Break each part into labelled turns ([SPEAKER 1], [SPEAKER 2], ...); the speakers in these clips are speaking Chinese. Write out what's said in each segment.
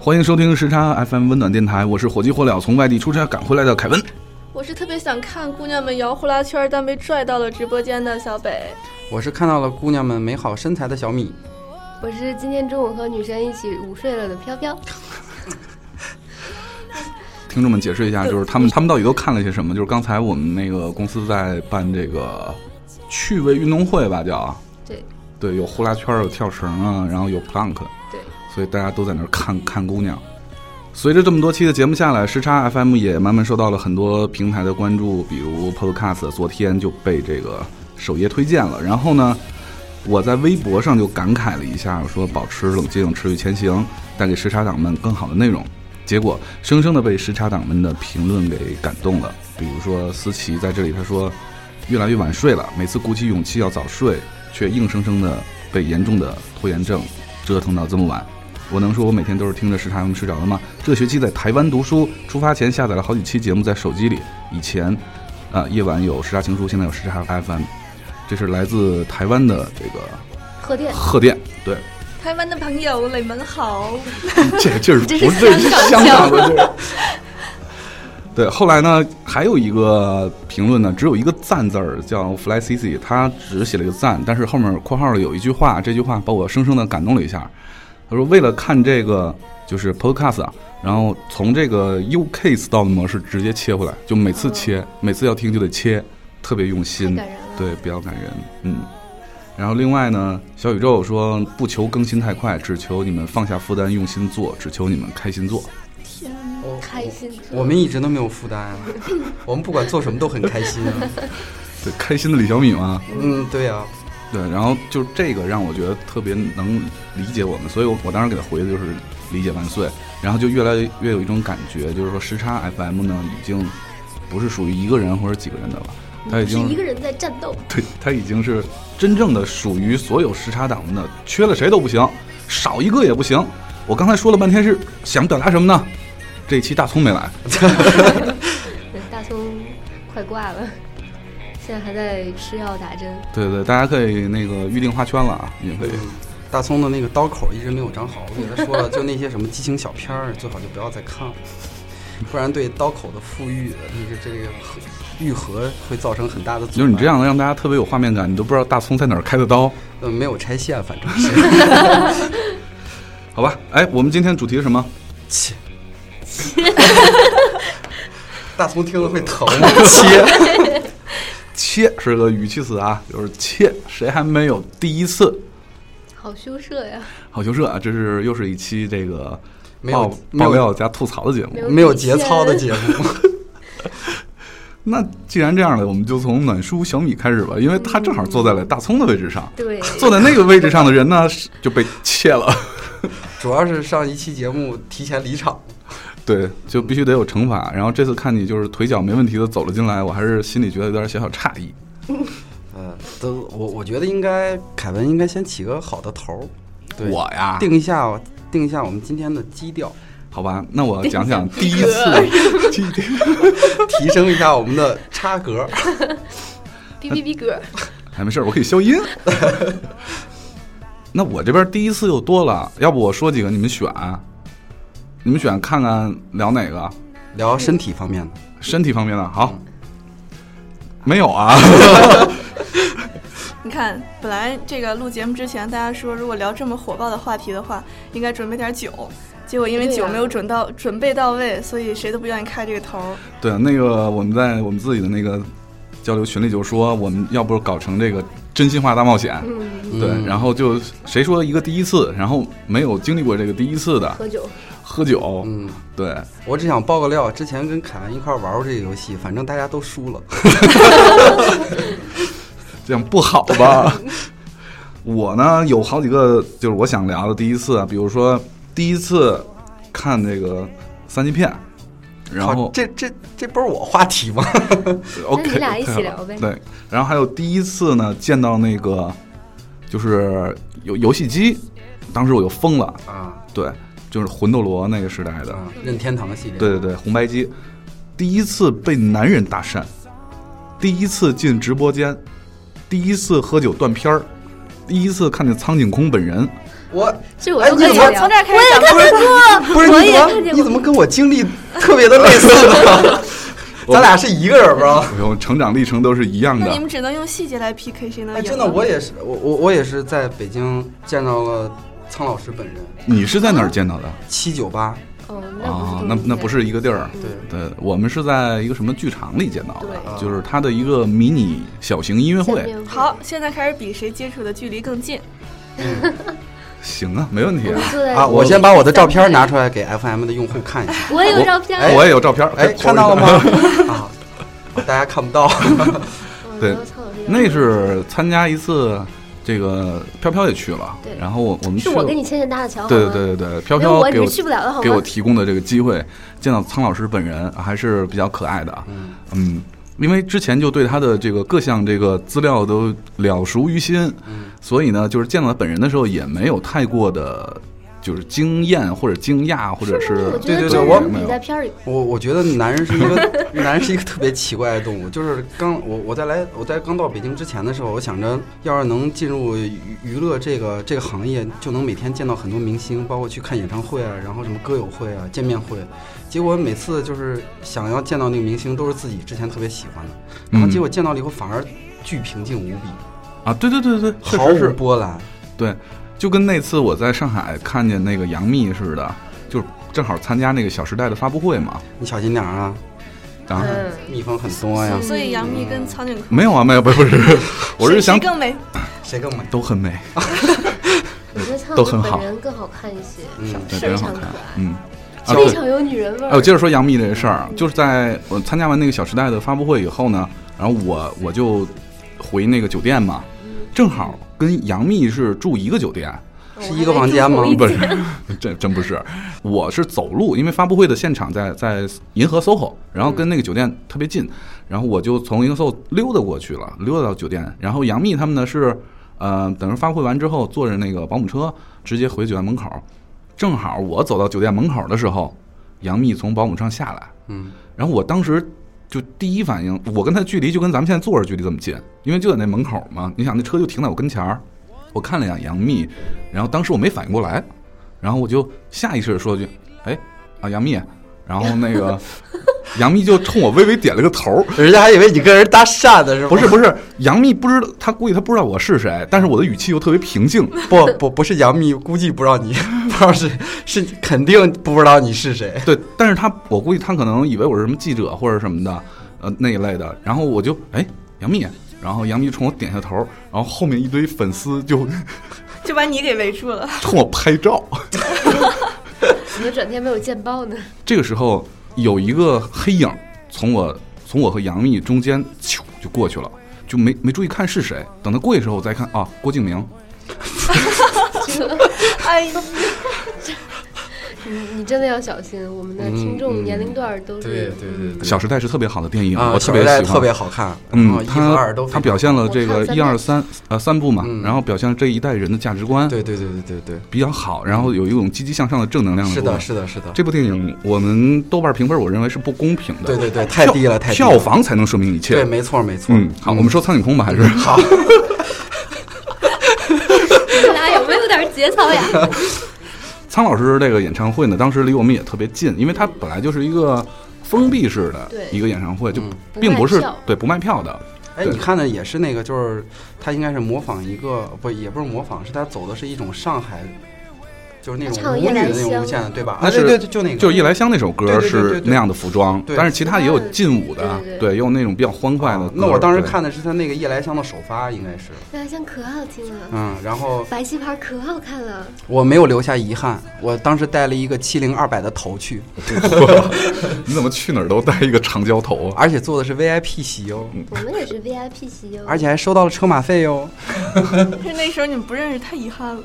[SPEAKER 1] 欢迎收听时差 FM 温暖电台，我是火急火燎从外地出差赶回来的凯文。
[SPEAKER 2] 我是特别想看姑娘们摇呼啦圈儿，但被拽到了直播间的小北。
[SPEAKER 3] 我是看到了姑娘们美好身材的小米，
[SPEAKER 4] 我是今天中午和女神一起午睡了的飘飘，
[SPEAKER 1] 听众们解释一下，就是他们他们到底都看了些什么？就是刚才我们那个公司在办这个趣味运动会吧，叫
[SPEAKER 4] 对
[SPEAKER 1] 对，有呼啦圈儿，有跳绳啊，然后有 plank，
[SPEAKER 4] 对，
[SPEAKER 1] 所以大家都在那儿看看姑娘。随着这么多期的节目下来，时差 FM 也慢慢受到了很多平台的关注，比如 Podcast，昨天就被这个首页推荐了。然后呢，我在微博上就感慨了一下，我说保持冷静，持续前行，带给时差党们更好的内容。结果生生的被时差党们的评论给感动了。比如说思琪在这里他说，越来越晚睡了，每次鼓起勇气要早睡，却硬生生的被严重的拖延症折腾到这么晚。我能说我每天都是听着时差 FM 睡着的吗？这学期在台湾读书，出发前下载了好几期节目在手机里。以前，呃，夜晚有时差情书，现在有时差 FM。这是来自台湾的这个
[SPEAKER 4] 贺电，
[SPEAKER 1] 贺电， 对，
[SPEAKER 2] 台湾的朋友，你们好。
[SPEAKER 1] 这这是
[SPEAKER 4] 这
[SPEAKER 1] 不
[SPEAKER 4] 是
[SPEAKER 1] 这是
[SPEAKER 4] 香
[SPEAKER 1] 香
[SPEAKER 4] 港
[SPEAKER 1] 港的？这是对，后来呢，还有一个评论呢，只有一个赞字儿，叫 Fly C C，他只写了一个赞，但是后面括号里有一句话，这句话把我生生的感动了一下。他说，为了看这个就是 Podcast 啊，然后从这个 UK Style 模式直接切回来，就每次切，每次要听就得切，特别用
[SPEAKER 4] 嗯太
[SPEAKER 1] 心。
[SPEAKER 4] 感人了。
[SPEAKER 1] 对，比较感人，嗯。然后另外呢，小宇宙说不求更新太快，只求你们放下负担，用心做，只求你们开心做。
[SPEAKER 2] 天，
[SPEAKER 3] 我
[SPEAKER 4] 开心做
[SPEAKER 3] 我们一直都没有负担，啊 我们不管做什么都很开心。啊
[SPEAKER 1] 对，开心的李小米嘛，
[SPEAKER 3] 嗯，对呀、
[SPEAKER 1] 对。然后就这个让我觉得特别能理解我们，所以我我当时给他回的就是理解万岁。然后就越来越有一种感觉，就是说时差 FM 呢已经不是属于一个人或者几个人的了，它已
[SPEAKER 4] 是
[SPEAKER 1] 经
[SPEAKER 4] 一个人在战斗，
[SPEAKER 1] 对，它已经是真正的属于所有时差党们的，缺了谁都不行，少一个也不行。我刚才说了半天是想表达什么呢？这一期大葱没来，
[SPEAKER 4] 对大葱快挂了，现在还在吃药打针，
[SPEAKER 1] 对对对，大家可以那个预定花圈了啊，也可以。
[SPEAKER 3] 嗯大葱的那个刀口一直没有长好，我给他说了，就那些什么激情小片儿，最好就不要再看了，不然对刀口的复愈，那个这个愈合会造成很大的阻碍。
[SPEAKER 1] 就是你这，样让大家特别有画面感，你都不知道大葱在哪儿开的刀，
[SPEAKER 3] 呃，没有拆线，反正是。
[SPEAKER 1] 好吧？哎，我们今天主题是什么？
[SPEAKER 3] 切，大葱听了会疼吗？ 切。
[SPEAKER 1] 切是个语气词啊，就是切，谁还没有第一次？
[SPEAKER 4] 好羞涩呀！
[SPEAKER 1] 好球社啊，这是又是一期这个
[SPEAKER 3] 没有
[SPEAKER 1] 爆
[SPEAKER 3] 没有
[SPEAKER 1] 爆料加吐槽的节目
[SPEAKER 4] 没。 有
[SPEAKER 3] 没有节操的节目，
[SPEAKER 1] 那既然这样了，我们就从暖叔小米开始吧，因为他正好坐在了大葱的位置上。
[SPEAKER 4] 对，
[SPEAKER 1] 坐在那个位置上的人呢，是就被切了。
[SPEAKER 3] 主要是上一期节目提前离场，
[SPEAKER 1] 对，就必须得有惩罚。然后这次看你就是腿脚没问题的走了进来，我还是心里觉得有点小小诧异。
[SPEAKER 3] 嗯，都我我觉得应该凯文应该先起个好的头儿，对，
[SPEAKER 1] 我呀，
[SPEAKER 3] 定一下定一下我们今天的基 调，
[SPEAKER 1] 好吧，那我讲讲第一 次 第一天。
[SPEAKER 3] 提升一下我们的差格。
[SPEAKER 4] 哔哔哔哥，
[SPEAKER 1] 哎，没事儿，我可以消音。 那我这边第一次又多了，要不我说几个，你们选，你们选看看聊哪个？
[SPEAKER 3] 聊身体方面的，
[SPEAKER 1] 身体方面的，好。没有啊。
[SPEAKER 2] 你看，本来这个录节目之前，大家说如果聊这么火爆的话题的话，应该准备点酒。结果因为
[SPEAKER 4] 对呀
[SPEAKER 2] 酒没有准到、准备到位，所以谁都不愿意开这个头儿。
[SPEAKER 1] 对，那个我们在我们自己的那个交流群里就说，我们要不搞成这个真心话大冒险，
[SPEAKER 4] 嗯，
[SPEAKER 1] 对，
[SPEAKER 3] 嗯
[SPEAKER 1] 然后就谁说一个第一次，然后没有经历过这个第一次的
[SPEAKER 4] 喝酒，
[SPEAKER 1] 喝酒，
[SPEAKER 3] 嗯，
[SPEAKER 1] 对，
[SPEAKER 3] 我只想爆个料，之前跟凯文一块玩过这个游戏，反正大家都输了，
[SPEAKER 1] 这样不好吧？ 我呢有好几个就是我想聊的第一次，比如说第一次看这个三级片，然
[SPEAKER 3] 靠
[SPEAKER 1] 后
[SPEAKER 3] 这这这不是我话题吗？
[SPEAKER 1] OK，
[SPEAKER 4] 那你俩一起
[SPEAKER 1] 太好
[SPEAKER 4] 聊呗
[SPEAKER 1] 对，然后还有第一次呢，见到那个就是游游戏机，当时我就疯了，
[SPEAKER 3] 啊
[SPEAKER 1] 对，就是魂斗罗那个时代的，
[SPEAKER 3] 啊，任天堂系列，
[SPEAKER 1] 对对对，红白机，第一次被男人搭讪，第一次进直播间，第一次喝酒断片儿，第一次看见苍井空本人，
[SPEAKER 3] 我
[SPEAKER 4] 这我
[SPEAKER 3] 哎
[SPEAKER 4] 都
[SPEAKER 3] 你
[SPEAKER 4] 可以
[SPEAKER 3] 怎么
[SPEAKER 4] 聊。
[SPEAKER 2] 从这儿开始
[SPEAKER 4] 我也
[SPEAKER 2] 讲
[SPEAKER 4] 看见过，
[SPEAKER 3] 不是
[SPEAKER 4] 我
[SPEAKER 3] 你
[SPEAKER 4] 也
[SPEAKER 3] 怎
[SPEAKER 4] 看
[SPEAKER 3] 么
[SPEAKER 4] 见
[SPEAKER 3] 你
[SPEAKER 4] 过。
[SPEAKER 3] 怎么跟我经历特别的类似 呢？咱俩是一个人吧？
[SPEAKER 1] 我哎成长历程都是一样
[SPEAKER 2] 那
[SPEAKER 1] 的
[SPEAKER 2] 你。们只能用细节来 PK 谁能
[SPEAKER 3] 哎，
[SPEAKER 2] 赢。
[SPEAKER 3] 真的，我也是，我我我也是在北京见到了苍老师本人，
[SPEAKER 1] 你是在哪儿见到的？
[SPEAKER 3] 七九八，
[SPEAKER 4] 哦，
[SPEAKER 1] 啊，那
[SPEAKER 4] 那不是东西
[SPEAKER 1] 那不是一个地儿。
[SPEAKER 3] 对，
[SPEAKER 1] 对，我们是在一个什么剧场里见到的，
[SPEAKER 4] 对
[SPEAKER 1] 就是他的一个迷你小型音乐
[SPEAKER 4] 见
[SPEAKER 1] 会。
[SPEAKER 4] 面会
[SPEAKER 2] 好，现在开始比谁接触的距离更近。
[SPEAKER 3] 嗯
[SPEAKER 1] 行啊，没问题
[SPEAKER 4] 我
[SPEAKER 1] 啊
[SPEAKER 4] 们。坐在
[SPEAKER 3] 啊，我先把我的照片拿出来给 FM 的用户看一下，
[SPEAKER 4] 我有照片，
[SPEAKER 1] 我也有照片儿，
[SPEAKER 3] 哎，
[SPEAKER 1] 快
[SPEAKER 3] 看到了？吗？啊，大家看不到，
[SPEAKER 1] 对
[SPEAKER 4] 嗯然后苍老师有
[SPEAKER 1] 那是参加一次，这个飘飘也去了，
[SPEAKER 4] 对
[SPEAKER 1] 然后我我们
[SPEAKER 4] 是
[SPEAKER 1] 去
[SPEAKER 4] 我
[SPEAKER 1] 了
[SPEAKER 4] 跟你牵线搭的桥，
[SPEAKER 1] 对
[SPEAKER 4] 哦好吗
[SPEAKER 1] 对对对，飘
[SPEAKER 4] 没有
[SPEAKER 1] 飘
[SPEAKER 4] 我
[SPEAKER 1] 给
[SPEAKER 4] 你
[SPEAKER 1] 我
[SPEAKER 4] 是去不了的好吗？
[SPEAKER 1] 给我提供的这个机会，见到苍老师本人还是比较可爱的啊。
[SPEAKER 3] 嗯，
[SPEAKER 1] 嗯，因为之前就对他的这个各项这个资料都了熟于心，
[SPEAKER 3] 嗯
[SPEAKER 1] 所以呢，就是见到他本人的时候也没有太过的，就是惊艳或者惊讶，或者
[SPEAKER 4] 是
[SPEAKER 1] 是
[SPEAKER 4] 吗我觉
[SPEAKER 3] 对对
[SPEAKER 4] 得
[SPEAKER 3] 对
[SPEAKER 4] 真
[SPEAKER 3] 我
[SPEAKER 4] 人
[SPEAKER 1] 没
[SPEAKER 4] 比
[SPEAKER 1] 有
[SPEAKER 4] 在片儿里
[SPEAKER 3] 我我觉得男人是一 个男人是一个特别奇怪的动物，就是刚我我在来我在刚到北京之前的时候，我想着要是能进入娱娱乐这个这个行业，就能每天见到很多明星，包括去看演唱会啊，然后什么歌友会啊、见面会。结果每次就是想要见到那个明星，都是自己之前特别喜欢的，然后
[SPEAKER 1] 嗯
[SPEAKER 3] 结果见到了以后反而巨平静无比，
[SPEAKER 1] 啊，对对对对，确
[SPEAKER 3] 毫
[SPEAKER 1] 实
[SPEAKER 3] 无
[SPEAKER 1] 是，
[SPEAKER 3] 波澜。
[SPEAKER 1] 对，就跟那次我在上海看见那个杨幂似的，就是正好参加那个《小时代》的发布会嘛，
[SPEAKER 3] 你小心点儿啊，
[SPEAKER 1] 啊。
[SPEAKER 4] 嗯
[SPEAKER 3] 蜜蜂很多呀
[SPEAKER 4] 嗯，
[SPEAKER 2] 所以杨幂跟苍井空，
[SPEAKER 1] 没有啊，没有，不是不是，我是
[SPEAKER 2] 谁
[SPEAKER 1] 想
[SPEAKER 2] 谁更美？
[SPEAKER 3] 谁更美？
[SPEAKER 1] 都很美，
[SPEAKER 4] 啊我觉得苍
[SPEAKER 1] 都
[SPEAKER 4] 老师
[SPEAKER 1] 很好
[SPEAKER 4] 本人更好看一些，
[SPEAKER 3] 嗯，
[SPEAKER 1] 对，
[SPEAKER 4] 非
[SPEAKER 1] 非常好
[SPEAKER 4] 常可
[SPEAKER 1] 看
[SPEAKER 4] 爱，
[SPEAKER 1] 嗯，啊
[SPEAKER 4] 非
[SPEAKER 1] 对，
[SPEAKER 4] 常有女人味
[SPEAKER 1] 哎，我
[SPEAKER 4] 儿。
[SPEAKER 1] 接着说杨幂这事儿，啊就是在我参加完那个《小时代》的发布会以后呢，然后我我就回那个酒店嘛，正好跟杨幂是住一个酒店，
[SPEAKER 4] 我
[SPEAKER 3] 是
[SPEAKER 4] 还
[SPEAKER 3] 一个
[SPEAKER 4] 没
[SPEAKER 3] 房
[SPEAKER 4] 住
[SPEAKER 3] 间
[SPEAKER 4] 同
[SPEAKER 3] 吗
[SPEAKER 4] 一
[SPEAKER 1] 不
[SPEAKER 4] 间
[SPEAKER 1] 是， 真真不是，我是走路，因为发布会的现场在在银河 SOHO，然后跟那个酒店特别近，然后我就从银河 SOHO 溜达过去了，溜达到酒店。然后杨幂他们呢是，呃，等着发布会完之后，坐着那个保姆车直接回酒店门口。正好我走到酒店门口的时候，杨幂从保姆车上下来，
[SPEAKER 3] 嗯，
[SPEAKER 1] 然后我当时就第一反应，我跟他距离就跟咱们现在坐着距离这么近，因为就在那门口嘛。你想，那车就停在我跟前儿，我看了一眼杨幂，然后当时我没反应过来，然后我就下意识的说了句：“哎，啊，杨幂。”然后那个杨幂就冲我微微点了个头儿，
[SPEAKER 3] 人家还以为你跟人搭讪呢，是吗？
[SPEAKER 1] 不是不是，杨幂不知道，她估计她不知道我是谁，但是我的语气又特别平静。
[SPEAKER 3] 不不不是杨幂，估计不知道你， 不知道是是肯定不知道你是谁。
[SPEAKER 1] 对，但是他我估计他可能以为我是什么记者或者什么的，呃那一类的。然后我就哎杨幂，然后杨幂冲我点下头，然后后面一堆粉丝就
[SPEAKER 2] 就把你给围住了。
[SPEAKER 1] 冲我拍照。
[SPEAKER 4] 怎么转天没有见报呢？
[SPEAKER 1] 这个时候有一个黑影从我从我和杨幂中间咻就过去了，就没没注意看是谁。等他过去的时候，我再看啊，郭敬明。
[SPEAKER 2] 哎呀，
[SPEAKER 4] 你你真的要小心，我们的听
[SPEAKER 3] 嗯
[SPEAKER 4] 众
[SPEAKER 3] 嗯
[SPEAKER 4] 年龄段儿都是
[SPEAKER 3] 对
[SPEAKER 1] 《小时代》是特别好的电影，
[SPEAKER 3] 啊，
[SPEAKER 1] 嗯我特
[SPEAKER 3] 小时
[SPEAKER 1] 别喜
[SPEAKER 3] 代
[SPEAKER 1] 欢。
[SPEAKER 3] 特别好看，然后
[SPEAKER 1] 嗯，
[SPEAKER 3] 一和
[SPEAKER 1] 他
[SPEAKER 3] 二都非
[SPEAKER 1] 他
[SPEAKER 3] 常
[SPEAKER 1] 表现了这
[SPEAKER 4] 我
[SPEAKER 1] 个
[SPEAKER 4] 看
[SPEAKER 1] 一
[SPEAKER 4] 三
[SPEAKER 1] 二
[SPEAKER 4] 遍
[SPEAKER 1] 三呃三部嘛，
[SPEAKER 3] 嗯
[SPEAKER 1] 然后表现了这一代人的价值观，
[SPEAKER 3] 对对对对对对，
[SPEAKER 1] 比较好，然后有一种积极向上的正能量
[SPEAKER 3] 是
[SPEAKER 1] 部
[SPEAKER 3] 的
[SPEAKER 1] 分
[SPEAKER 3] 是的是的，
[SPEAKER 1] 嗯这部电影我们豆瓣评分我认为是不公平的，
[SPEAKER 3] 对 对对，太低了太低了
[SPEAKER 1] 票房才能说明一切。
[SPEAKER 3] 对，没错没错。
[SPEAKER 1] 嗯，好，我们说苍井空吧， 还是
[SPEAKER 3] 好，
[SPEAKER 4] 你俩有没有点节操呀？
[SPEAKER 1] 苍老师这个演唱会呢，当时离我们也特别近，因为它本来就是一个封闭式的
[SPEAKER 4] 对
[SPEAKER 1] 一个演唱会，就
[SPEAKER 3] 嗯
[SPEAKER 1] 并不是
[SPEAKER 4] 不卖票
[SPEAKER 1] 对不卖票的。
[SPEAKER 3] 哎，
[SPEAKER 1] 对
[SPEAKER 3] 你看的也是那个，就是他应该是模仿一个，不也不是模仿，是他走的是一种上海，就是那
[SPEAKER 4] 唱
[SPEAKER 3] 种
[SPEAKER 4] 了
[SPEAKER 3] 舞
[SPEAKER 4] 夜
[SPEAKER 3] 女
[SPEAKER 4] 来
[SPEAKER 3] 的那种
[SPEAKER 4] 香
[SPEAKER 3] 路线，对吧？
[SPEAKER 1] 那
[SPEAKER 3] 啊，对
[SPEAKER 1] 是
[SPEAKER 3] 对，对就那个，
[SPEAKER 1] 就是夜来香那首歌
[SPEAKER 3] 对对对对
[SPEAKER 1] 是
[SPEAKER 3] 对
[SPEAKER 1] 那样的服装，
[SPEAKER 3] 对
[SPEAKER 1] 但是其他也有劲舞的，
[SPEAKER 4] 对对对
[SPEAKER 1] 对，也有那种比较欢快的
[SPEAKER 3] 啊
[SPEAKER 1] 歌。
[SPEAKER 3] 那我当时
[SPEAKER 1] 对
[SPEAKER 3] 看的是他那个夜来香的首发，应该是，
[SPEAKER 4] 白香可好听了，
[SPEAKER 3] 嗯，然后
[SPEAKER 4] 白棋牌可好看了，
[SPEAKER 3] 我没有留下遗憾，我当时戴了一个七零二百的头去，
[SPEAKER 1] 你怎么去哪儿都戴一个长焦头 啊？
[SPEAKER 3] 而且坐的是 VIP 席哦，
[SPEAKER 4] 我们也是 VIP 席哟。
[SPEAKER 3] 而且还收到了车马费哦哟。
[SPEAKER 2] 是那时候你们不认识，太遗憾了。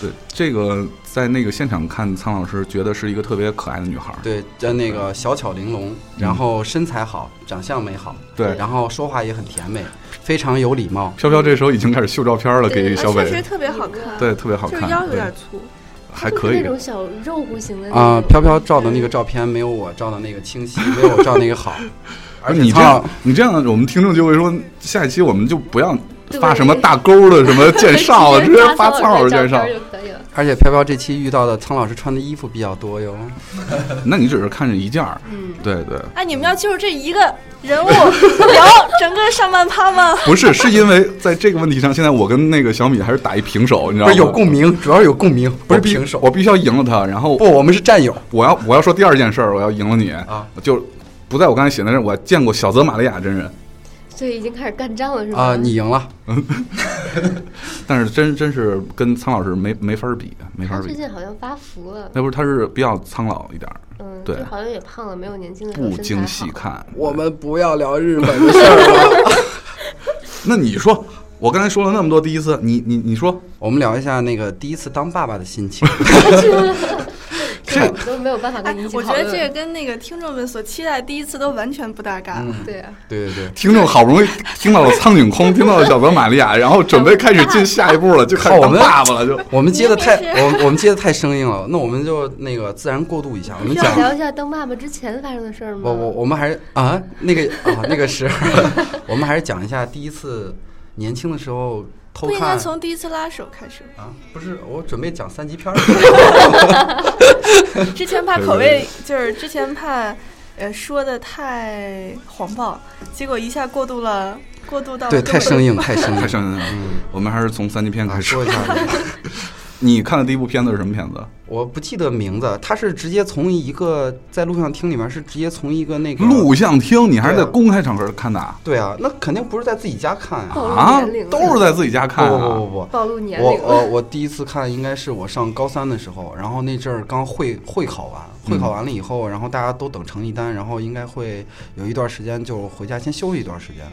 [SPEAKER 1] 对，这个在那个现场看苍老师，觉得是一个特别可爱的女孩儿。
[SPEAKER 3] 对，嗯叫那个小巧玲珑，然后身材好，长相美好，
[SPEAKER 1] 对
[SPEAKER 3] 然后说话也很甜美，非常有礼貌。
[SPEAKER 1] 飘飘这时候已经开始秀照片了，
[SPEAKER 4] 对
[SPEAKER 1] 给
[SPEAKER 4] 啊
[SPEAKER 1] 小
[SPEAKER 2] 啊确实
[SPEAKER 1] 北，
[SPEAKER 2] 特别好看，
[SPEAKER 1] 对，特别好
[SPEAKER 2] 就
[SPEAKER 1] 看，
[SPEAKER 2] 是腰有
[SPEAKER 1] 对
[SPEAKER 2] 点粗。
[SPEAKER 1] 还
[SPEAKER 4] 她不是
[SPEAKER 1] 可以
[SPEAKER 4] 那。种小肉乎型的那
[SPEAKER 3] 啊、
[SPEAKER 4] 种
[SPEAKER 3] 飘飘照的那个照片没有我照的那个清 晰，没有我照那个好。而且
[SPEAKER 1] 你这
[SPEAKER 3] 苍老
[SPEAKER 1] 样，你这样，我们听众就会说，下一期我们就不要
[SPEAKER 4] 对
[SPEAKER 1] 发什么大钩的什么
[SPEAKER 3] 哎
[SPEAKER 1] 剑哨，直接发苍老师
[SPEAKER 4] 照
[SPEAKER 1] 剑
[SPEAKER 4] 片
[SPEAKER 1] 哨
[SPEAKER 4] 儿。就可以了。
[SPEAKER 3] 而且飘飘这期遇到的苍老师穿的衣服比较多哟，
[SPEAKER 1] 那你只是看着一件儿，
[SPEAKER 4] 嗯，
[SPEAKER 1] 对对，
[SPEAKER 2] 哎，你们要就是这一个 人物聊整个上半趴吗？
[SPEAKER 1] 不是，是因为在这个问题上，现在我跟那个小米还是打一平手，你知道
[SPEAKER 3] 不
[SPEAKER 1] 吗？
[SPEAKER 3] 是有共鸣，主要是有共鸣，不是
[SPEAKER 1] 我必
[SPEAKER 3] 平手。
[SPEAKER 1] 我必须要赢了他。然后
[SPEAKER 3] 不，我们是战友
[SPEAKER 1] 我要我要说第二件事儿，我要赢了你
[SPEAKER 3] 啊，
[SPEAKER 1] 就不在我刚才写的那儿，我见过小泽玛利亚真人，
[SPEAKER 4] 所以已经开始干仗了是吗？
[SPEAKER 3] 啊！你赢了，
[SPEAKER 1] 但是真真是跟苍老师没没法儿比，没法
[SPEAKER 4] 他
[SPEAKER 1] 儿
[SPEAKER 4] 最
[SPEAKER 1] 比。
[SPEAKER 4] 近好像发福了，
[SPEAKER 1] 那不是他是比较苍老一点儿，
[SPEAKER 4] 嗯，
[SPEAKER 1] 对
[SPEAKER 4] 就好像也胖了，没有年轻的时候
[SPEAKER 1] 不
[SPEAKER 4] 身材
[SPEAKER 1] 精细
[SPEAKER 4] 好。
[SPEAKER 1] 看。
[SPEAKER 3] 我们不要聊日本的事儿了，
[SPEAKER 1] 那你说，我刚才说了那么多第一次，你你你说
[SPEAKER 3] 我们聊一下那个第一次当爸爸的心情。
[SPEAKER 1] 这
[SPEAKER 4] 我都没有办法
[SPEAKER 2] 哎
[SPEAKER 4] 跟你一，起
[SPEAKER 2] 我
[SPEAKER 4] 讨
[SPEAKER 2] 觉
[SPEAKER 4] 论。
[SPEAKER 2] 得这个跟那个听众们所期待的第一次都完全不搭嘎。
[SPEAKER 3] 嗯，
[SPEAKER 4] 对啊，
[SPEAKER 3] 对对对，
[SPEAKER 1] 听众好不容易听到了苍井 空，听到了小泽玛利亚，然后准备开始进下一步了，就开始当爸爸了，就
[SPEAKER 3] 我们接的太
[SPEAKER 2] 你也
[SPEAKER 3] 我我们接的太生硬了，那我们就那个自然过渡一下，我们
[SPEAKER 4] 需
[SPEAKER 3] 讲
[SPEAKER 4] 要聊一下当爸爸之前发生的事儿吗？
[SPEAKER 3] 我我我们还是啊，那个啊，那个是，我们还是讲一下第一次年轻的时候偷
[SPEAKER 2] 不应该
[SPEAKER 3] 看
[SPEAKER 2] 从第一次拉手开始，
[SPEAKER 3] 啊，不是，我准备讲三级片儿，
[SPEAKER 2] 之前怕
[SPEAKER 1] 对
[SPEAKER 2] 口
[SPEAKER 1] 对
[SPEAKER 2] 味就是之前怕呃说的太黄暴，结果一下过渡了，过渡到
[SPEAKER 3] 对，
[SPEAKER 2] 了
[SPEAKER 3] 太生硬，太生
[SPEAKER 1] 太
[SPEAKER 3] 硬。
[SPEAKER 1] 伤心了。
[SPEAKER 3] 嗯，
[SPEAKER 1] 我们还是从三级片
[SPEAKER 3] 啊
[SPEAKER 1] 开始
[SPEAKER 3] 说。一下，
[SPEAKER 1] 你看的第一部片子是什么片子？
[SPEAKER 3] 我不记得名字，他是直接从一个在录像厅里面，是直接从一个那个
[SPEAKER 1] 录像厅，你还是在
[SPEAKER 3] 嗯对啊
[SPEAKER 1] 公开场合看的啊？
[SPEAKER 3] 对啊，那肯定不是在自己家看啊，
[SPEAKER 4] 暴露
[SPEAKER 1] 啊
[SPEAKER 4] 年龄，了
[SPEAKER 1] 都是在自己家看
[SPEAKER 3] 不不
[SPEAKER 1] 啊
[SPEAKER 3] 不。不不，
[SPEAKER 4] 暴露年
[SPEAKER 3] 我
[SPEAKER 4] 龄了。
[SPEAKER 3] 我我第一次看应该是我上高三的时候，然后那阵儿刚会会考完，会考完了以后，然后大家都等成绩单，然后应该会有一段时间就回家先休息一段时间。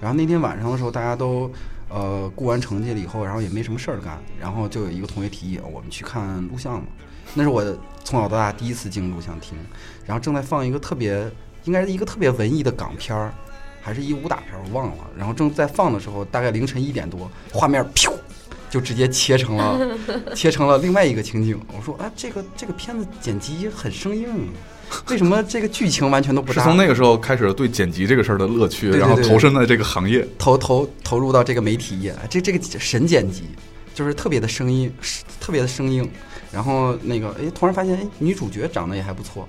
[SPEAKER 3] 然后那天晚上的时候，大家都呃顾完成绩了以后，然后也没什么事儿干，然后就有一个同学提议我们去看录像吧。那是我从小到大第一次进录像厅，然后正在放一个特别应该是一个特别文艺的港片儿。还是一武打片儿，我忘了。然后正在放的时候，大概凌晨一点多，画面噗就直接切成了切成了另外一个情景。我说啊，这个这个片子剪辑很生硬啊，为什么这个剧情完全都不
[SPEAKER 1] 是
[SPEAKER 3] 搭？
[SPEAKER 1] 从那个时候开始对剪辑这个事儿的乐趣，
[SPEAKER 3] 对对
[SPEAKER 1] 然后
[SPEAKER 3] 对
[SPEAKER 1] 投身在这个行业。
[SPEAKER 3] 投投投入到这个媒体业，这这个神剪辑就是特别的生硬，特别的生硬。然后那个哎，突然发现哎，女主角长得也还不错。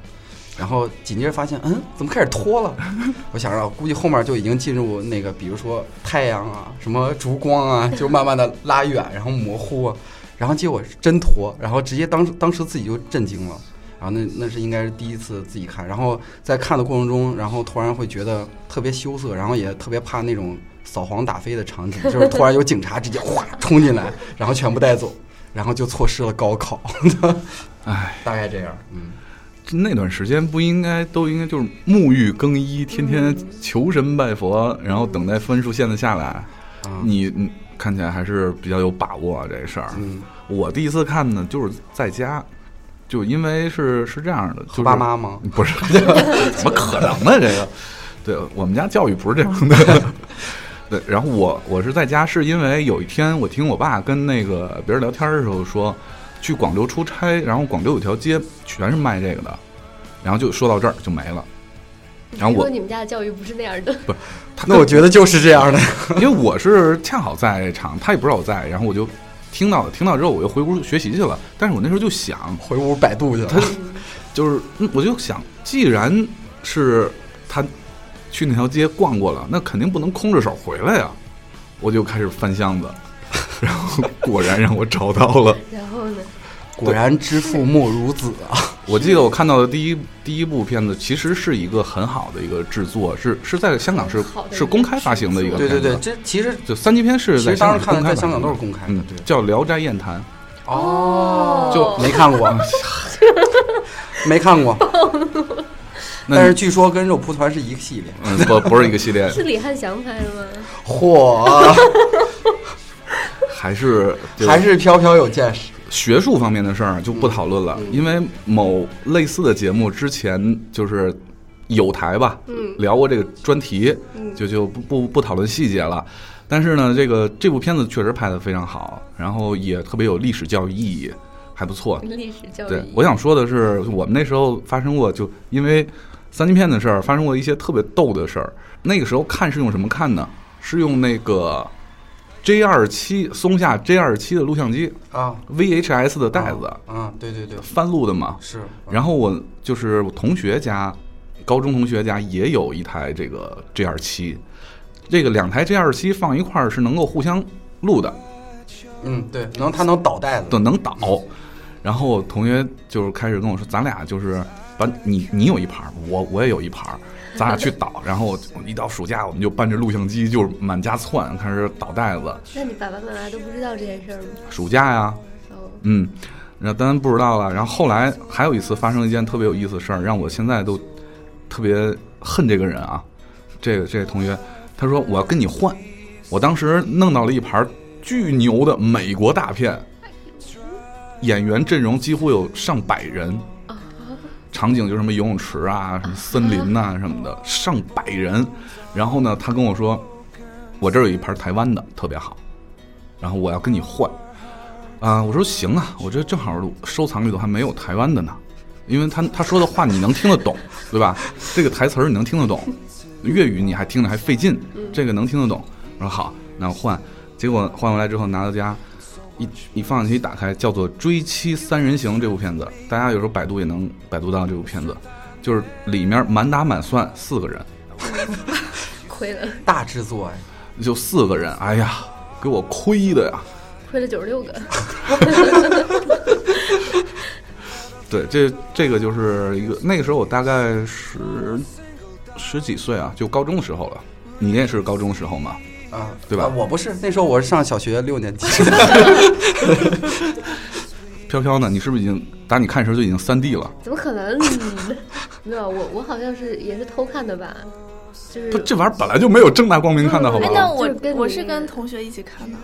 [SPEAKER 3] 然后紧接着发现，嗯，怎么开始脱了？ 我想着，估计后面就已经进入那个，比如说太阳啊，什么烛光啊，就慢慢的拉远，然后模糊啊，然后结果是真脱，然后直接当时当时自己就震惊了。然后那那是应该是第一次自己看，然后在看的过程中，然后突然会觉得特别羞涩，然后也特别怕那种扫黄打非的场景，就是突然有警察直 接哗冲进来，然后全部带走，然后就错失了高考，
[SPEAKER 1] 唉，
[SPEAKER 3] 大概这样。嗯，
[SPEAKER 1] 那段时间不应该都应该就是沐浴更衣，天天求神拜佛，然后等待分数线的下来。
[SPEAKER 3] 啊，
[SPEAKER 1] 你你看起来还是比较有把握、啊、这个事儿。
[SPEAKER 3] 嗯，
[SPEAKER 1] 我第一次看呢，就是在家，就因为是是这样的，就是
[SPEAKER 3] 和爸妈吗？
[SPEAKER 1] 不是，怎么可能呢？这 个，对我们家教育不是这样的。对，然后我我是在家，是因为有一天我听我爸跟那个别人聊天的时候说，去广州出差，然后广州有条街全是卖这个的，然后就说到这儿就没 了。然后
[SPEAKER 4] 听
[SPEAKER 1] 我
[SPEAKER 4] 说你们家的教育不是那样的，
[SPEAKER 1] 他
[SPEAKER 3] 那我觉得就是这样的。
[SPEAKER 1] 因为我是恰好在场，他也不知道我在，然后我就听到了，听到之后我又回屋学习去了。但是我那时候就想，
[SPEAKER 3] 回屋百度去了。
[SPEAKER 1] 就是嗯我就想，既然是他去那条街逛过了，那肯定不能空着手回来呀、我就开始翻箱子， 然后果然让我找到了。
[SPEAKER 4] 然后呢，
[SPEAKER 3] 果然知父莫如子啊！
[SPEAKER 1] 我记得我看到的第一第一部片子，其实是一个很好的一个制作，是是在香港是
[SPEAKER 4] 很好的一个
[SPEAKER 1] 是公开发行的一个
[SPEAKER 3] 对
[SPEAKER 1] 片
[SPEAKER 3] 对
[SPEAKER 1] 子。
[SPEAKER 3] 对，这其实
[SPEAKER 1] 就三级片是
[SPEAKER 3] 其
[SPEAKER 1] 在
[SPEAKER 3] 实
[SPEAKER 1] 香
[SPEAKER 3] 当
[SPEAKER 1] 港
[SPEAKER 3] 时看的
[SPEAKER 1] 公开
[SPEAKER 3] 在
[SPEAKER 1] 发
[SPEAKER 3] 香港
[SPEAKER 1] 行
[SPEAKER 3] 都
[SPEAKER 1] 的
[SPEAKER 3] 是公开的
[SPEAKER 1] 嗯，
[SPEAKER 3] 对，。
[SPEAKER 1] 叫《聊斋艳谭》。
[SPEAKER 4] 哦
[SPEAKER 1] 就
[SPEAKER 3] 没看
[SPEAKER 1] 啊
[SPEAKER 3] 过， 没看过，
[SPEAKER 1] 那
[SPEAKER 3] 但是据说跟肉蒲团是一个系列。
[SPEAKER 1] 嗯，不不是一个系列，
[SPEAKER 4] 是李汉祥拍的吗？
[SPEAKER 3] 嚯，
[SPEAKER 1] 还是就
[SPEAKER 3] 还是飘飘有见识。
[SPEAKER 1] 学术方面的事儿就不讨论了，因为某类似的节目之前就是有台吧，
[SPEAKER 4] 嗯
[SPEAKER 1] 聊过这个专题，就就不不不讨论细节了。但是呢，这个这部片子确实拍得非常好，然后也特别有历史教育意义，还不错。
[SPEAKER 4] 历史教育。
[SPEAKER 1] 对，我想说的是，我们那时候发生过，就因为三级片的事儿，发生过一些特别逗的事儿。那个时候看是用什么看呢？是用那个 J 二七松下 J 二七的录像机
[SPEAKER 3] 啊，
[SPEAKER 1] ，VHS 的袋子，
[SPEAKER 3] 啊，对对对，
[SPEAKER 1] 翻录的嘛。
[SPEAKER 3] 是。
[SPEAKER 1] 然后我就是我同学家，高中同学家也有一台这个 G 二七，这个两台 G 二七放一块儿是能够互相录的，
[SPEAKER 3] 嗯，对，能它能导带
[SPEAKER 1] 都
[SPEAKER 3] 子，
[SPEAKER 1] 能导。然后我同学就是开始跟我说，咱俩就是把你你有一盘儿，我我也有一盘儿，咱俩去导。然后一到暑假，我们就搬着录像机就是满家窜，开始导带子。
[SPEAKER 4] 那你爸爸妈妈都不知道这件事儿吗？
[SPEAKER 1] 暑假呀，
[SPEAKER 4] 哦，
[SPEAKER 1] 嗯，那当然不知道了。然后后来还有一次发生一件特别有意思的事儿，让我现在都特别恨这个人啊。这个这个同学，他说我要跟你换，我当时弄到了一盘巨牛的美国大片，演员阵容几乎有上百人，场景就是什么游泳池啊、什么森林呐、什么的，上百人。然后呢，他跟我说，我这儿有一盘台湾的特别好，然后我要跟你换。啊，我说行啊，我这正好收藏里头还没有台湾的呢，因为他他说的话你能听得懂，对吧？这个台词儿你能听得懂，粤语你还听着还费劲，这个能听得懂。我说好，那我换。结果换回来之后拿到家，一一放进去一打开，叫做《追妻三人行》这部片子，大家有时候百度也能百度到这部片子，就是里面满打满算四个人，
[SPEAKER 4] 亏了，
[SPEAKER 3] 大制作哎，
[SPEAKER 1] 就四个人，哎呀，给我亏的呀！
[SPEAKER 4] 亏了九十六个。
[SPEAKER 1] 对，这这个就是一个那个时候我大概十十几岁啊，就高中的时候了。你也是高中时候嘛？
[SPEAKER 3] 啊，
[SPEAKER 1] 对吧
[SPEAKER 3] 啊我不是，那时候我是上小学六 年级，
[SPEAKER 1] 飘飘呢？你是不是已经打你看时候就已经三 D 了？
[SPEAKER 4] 怎么可能？ 没有，我我好像是也是偷看的吧，就是
[SPEAKER 1] 不，这玩意儿本来就没有正大光明看的好
[SPEAKER 4] 哎
[SPEAKER 1] 吧
[SPEAKER 2] 哎，？
[SPEAKER 4] 那
[SPEAKER 2] 但我
[SPEAKER 4] 就是跟
[SPEAKER 2] 我
[SPEAKER 4] 你
[SPEAKER 2] 是跟同学一起看的，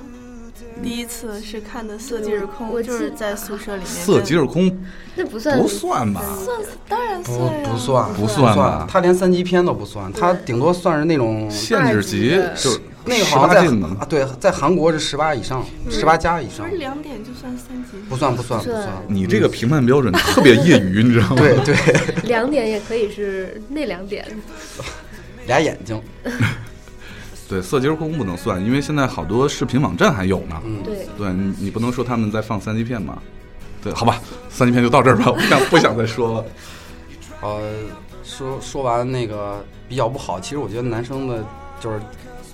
[SPEAKER 2] 第一次是看的《色即是空
[SPEAKER 4] 我》，
[SPEAKER 2] 就是
[SPEAKER 4] 记
[SPEAKER 2] 在宿舍里面跟。
[SPEAKER 1] 色即是空
[SPEAKER 4] 那不算
[SPEAKER 1] 不算吧？
[SPEAKER 2] 算，当然
[SPEAKER 3] 不
[SPEAKER 2] 呀
[SPEAKER 3] 不算啊
[SPEAKER 1] 不
[SPEAKER 3] 不
[SPEAKER 1] 算啊
[SPEAKER 3] 算，
[SPEAKER 1] 吧？
[SPEAKER 3] 他连三级片都不算，他顶多算是那种
[SPEAKER 1] 限制级
[SPEAKER 4] 二级
[SPEAKER 1] 就
[SPEAKER 4] 的
[SPEAKER 1] 是
[SPEAKER 3] 那个
[SPEAKER 1] 十
[SPEAKER 3] 好像
[SPEAKER 1] 八
[SPEAKER 3] 在
[SPEAKER 1] 禁的
[SPEAKER 3] 啊，对，在韩国是十八以上，十八加以
[SPEAKER 2] 不
[SPEAKER 3] 上
[SPEAKER 2] 是，两点就算三级
[SPEAKER 3] 不算不嗯算不
[SPEAKER 4] 是
[SPEAKER 3] 算。
[SPEAKER 1] 你这个评判标准特别业余，你知道吗？
[SPEAKER 3] 对 对，
[SPEAKER 4] 两点也可以是那两点，
[SPEAKER 3] 俩眼睛，
[SPEAKER 1] 对，色即是空不能算，因为现在好多视频网站还有呢。
[SPEAKER 3] 嗯，
[SPEAKER 4] 对，
[SPEAKER 1] 对你你不能说他们在放三级片嘛？对，好吧，三级片就到这儿吧，我不想不想再说了。
[SPEAKER 3] 呃，说说完那个比较不好，其实我觉得男生的就是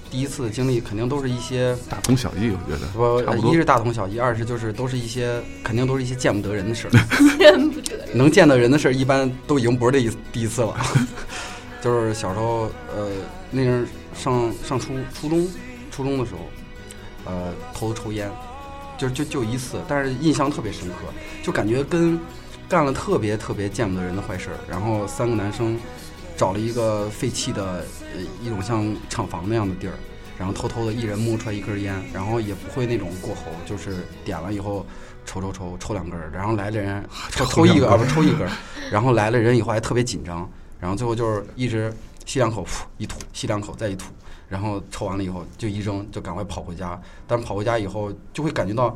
[SPEAKER 3] 第一次的经历，肯定都是一些
[SPEAKER 1] 大同小异，我觉得
[SPEAKER 3] 不，
[SPEAKER 1] 差
[SPEAKER 3] 呃
[SPEAKER 1] 不多
[SPEAKER 3] 一是大同小异，二是就是都是一些肯定都是一些见不得人的事儿，
[SPEAKER 4] 认不得。
[SPEAKER 3] 能见得人的事儿一般都已经不是这一第一次了。 就是小时候，呃，那阵儿上上初初中初中的时候，呃，偷抽烟，就就就一次，但是印象特别深刻，就感觉跟干了特别特别见不得人的坏事儿。然后三个男生找了一个废弃的呃一种像厂房那样的地儿，然后偷偷的一人摸出来一根烟，然后也不会那种过喉，就是点了以后抽抽抽抽两根儿，然后来的人抽
[SPEAKER 1] 抽
[SPEAKER 3] 抽一个
[SPEAKER 1] 两
[SPEAKER 3] 啊
[SPEAKER 1] 根
[SPEAKER 3] 不抽一根儿，然后来了人以后还特别紧张，然后最后就是一直吸两口，噗一吐，吸两口再一吐。然后抽完了以后就一扔，就赶快跑回家。但是跑回家以后就会感觉到，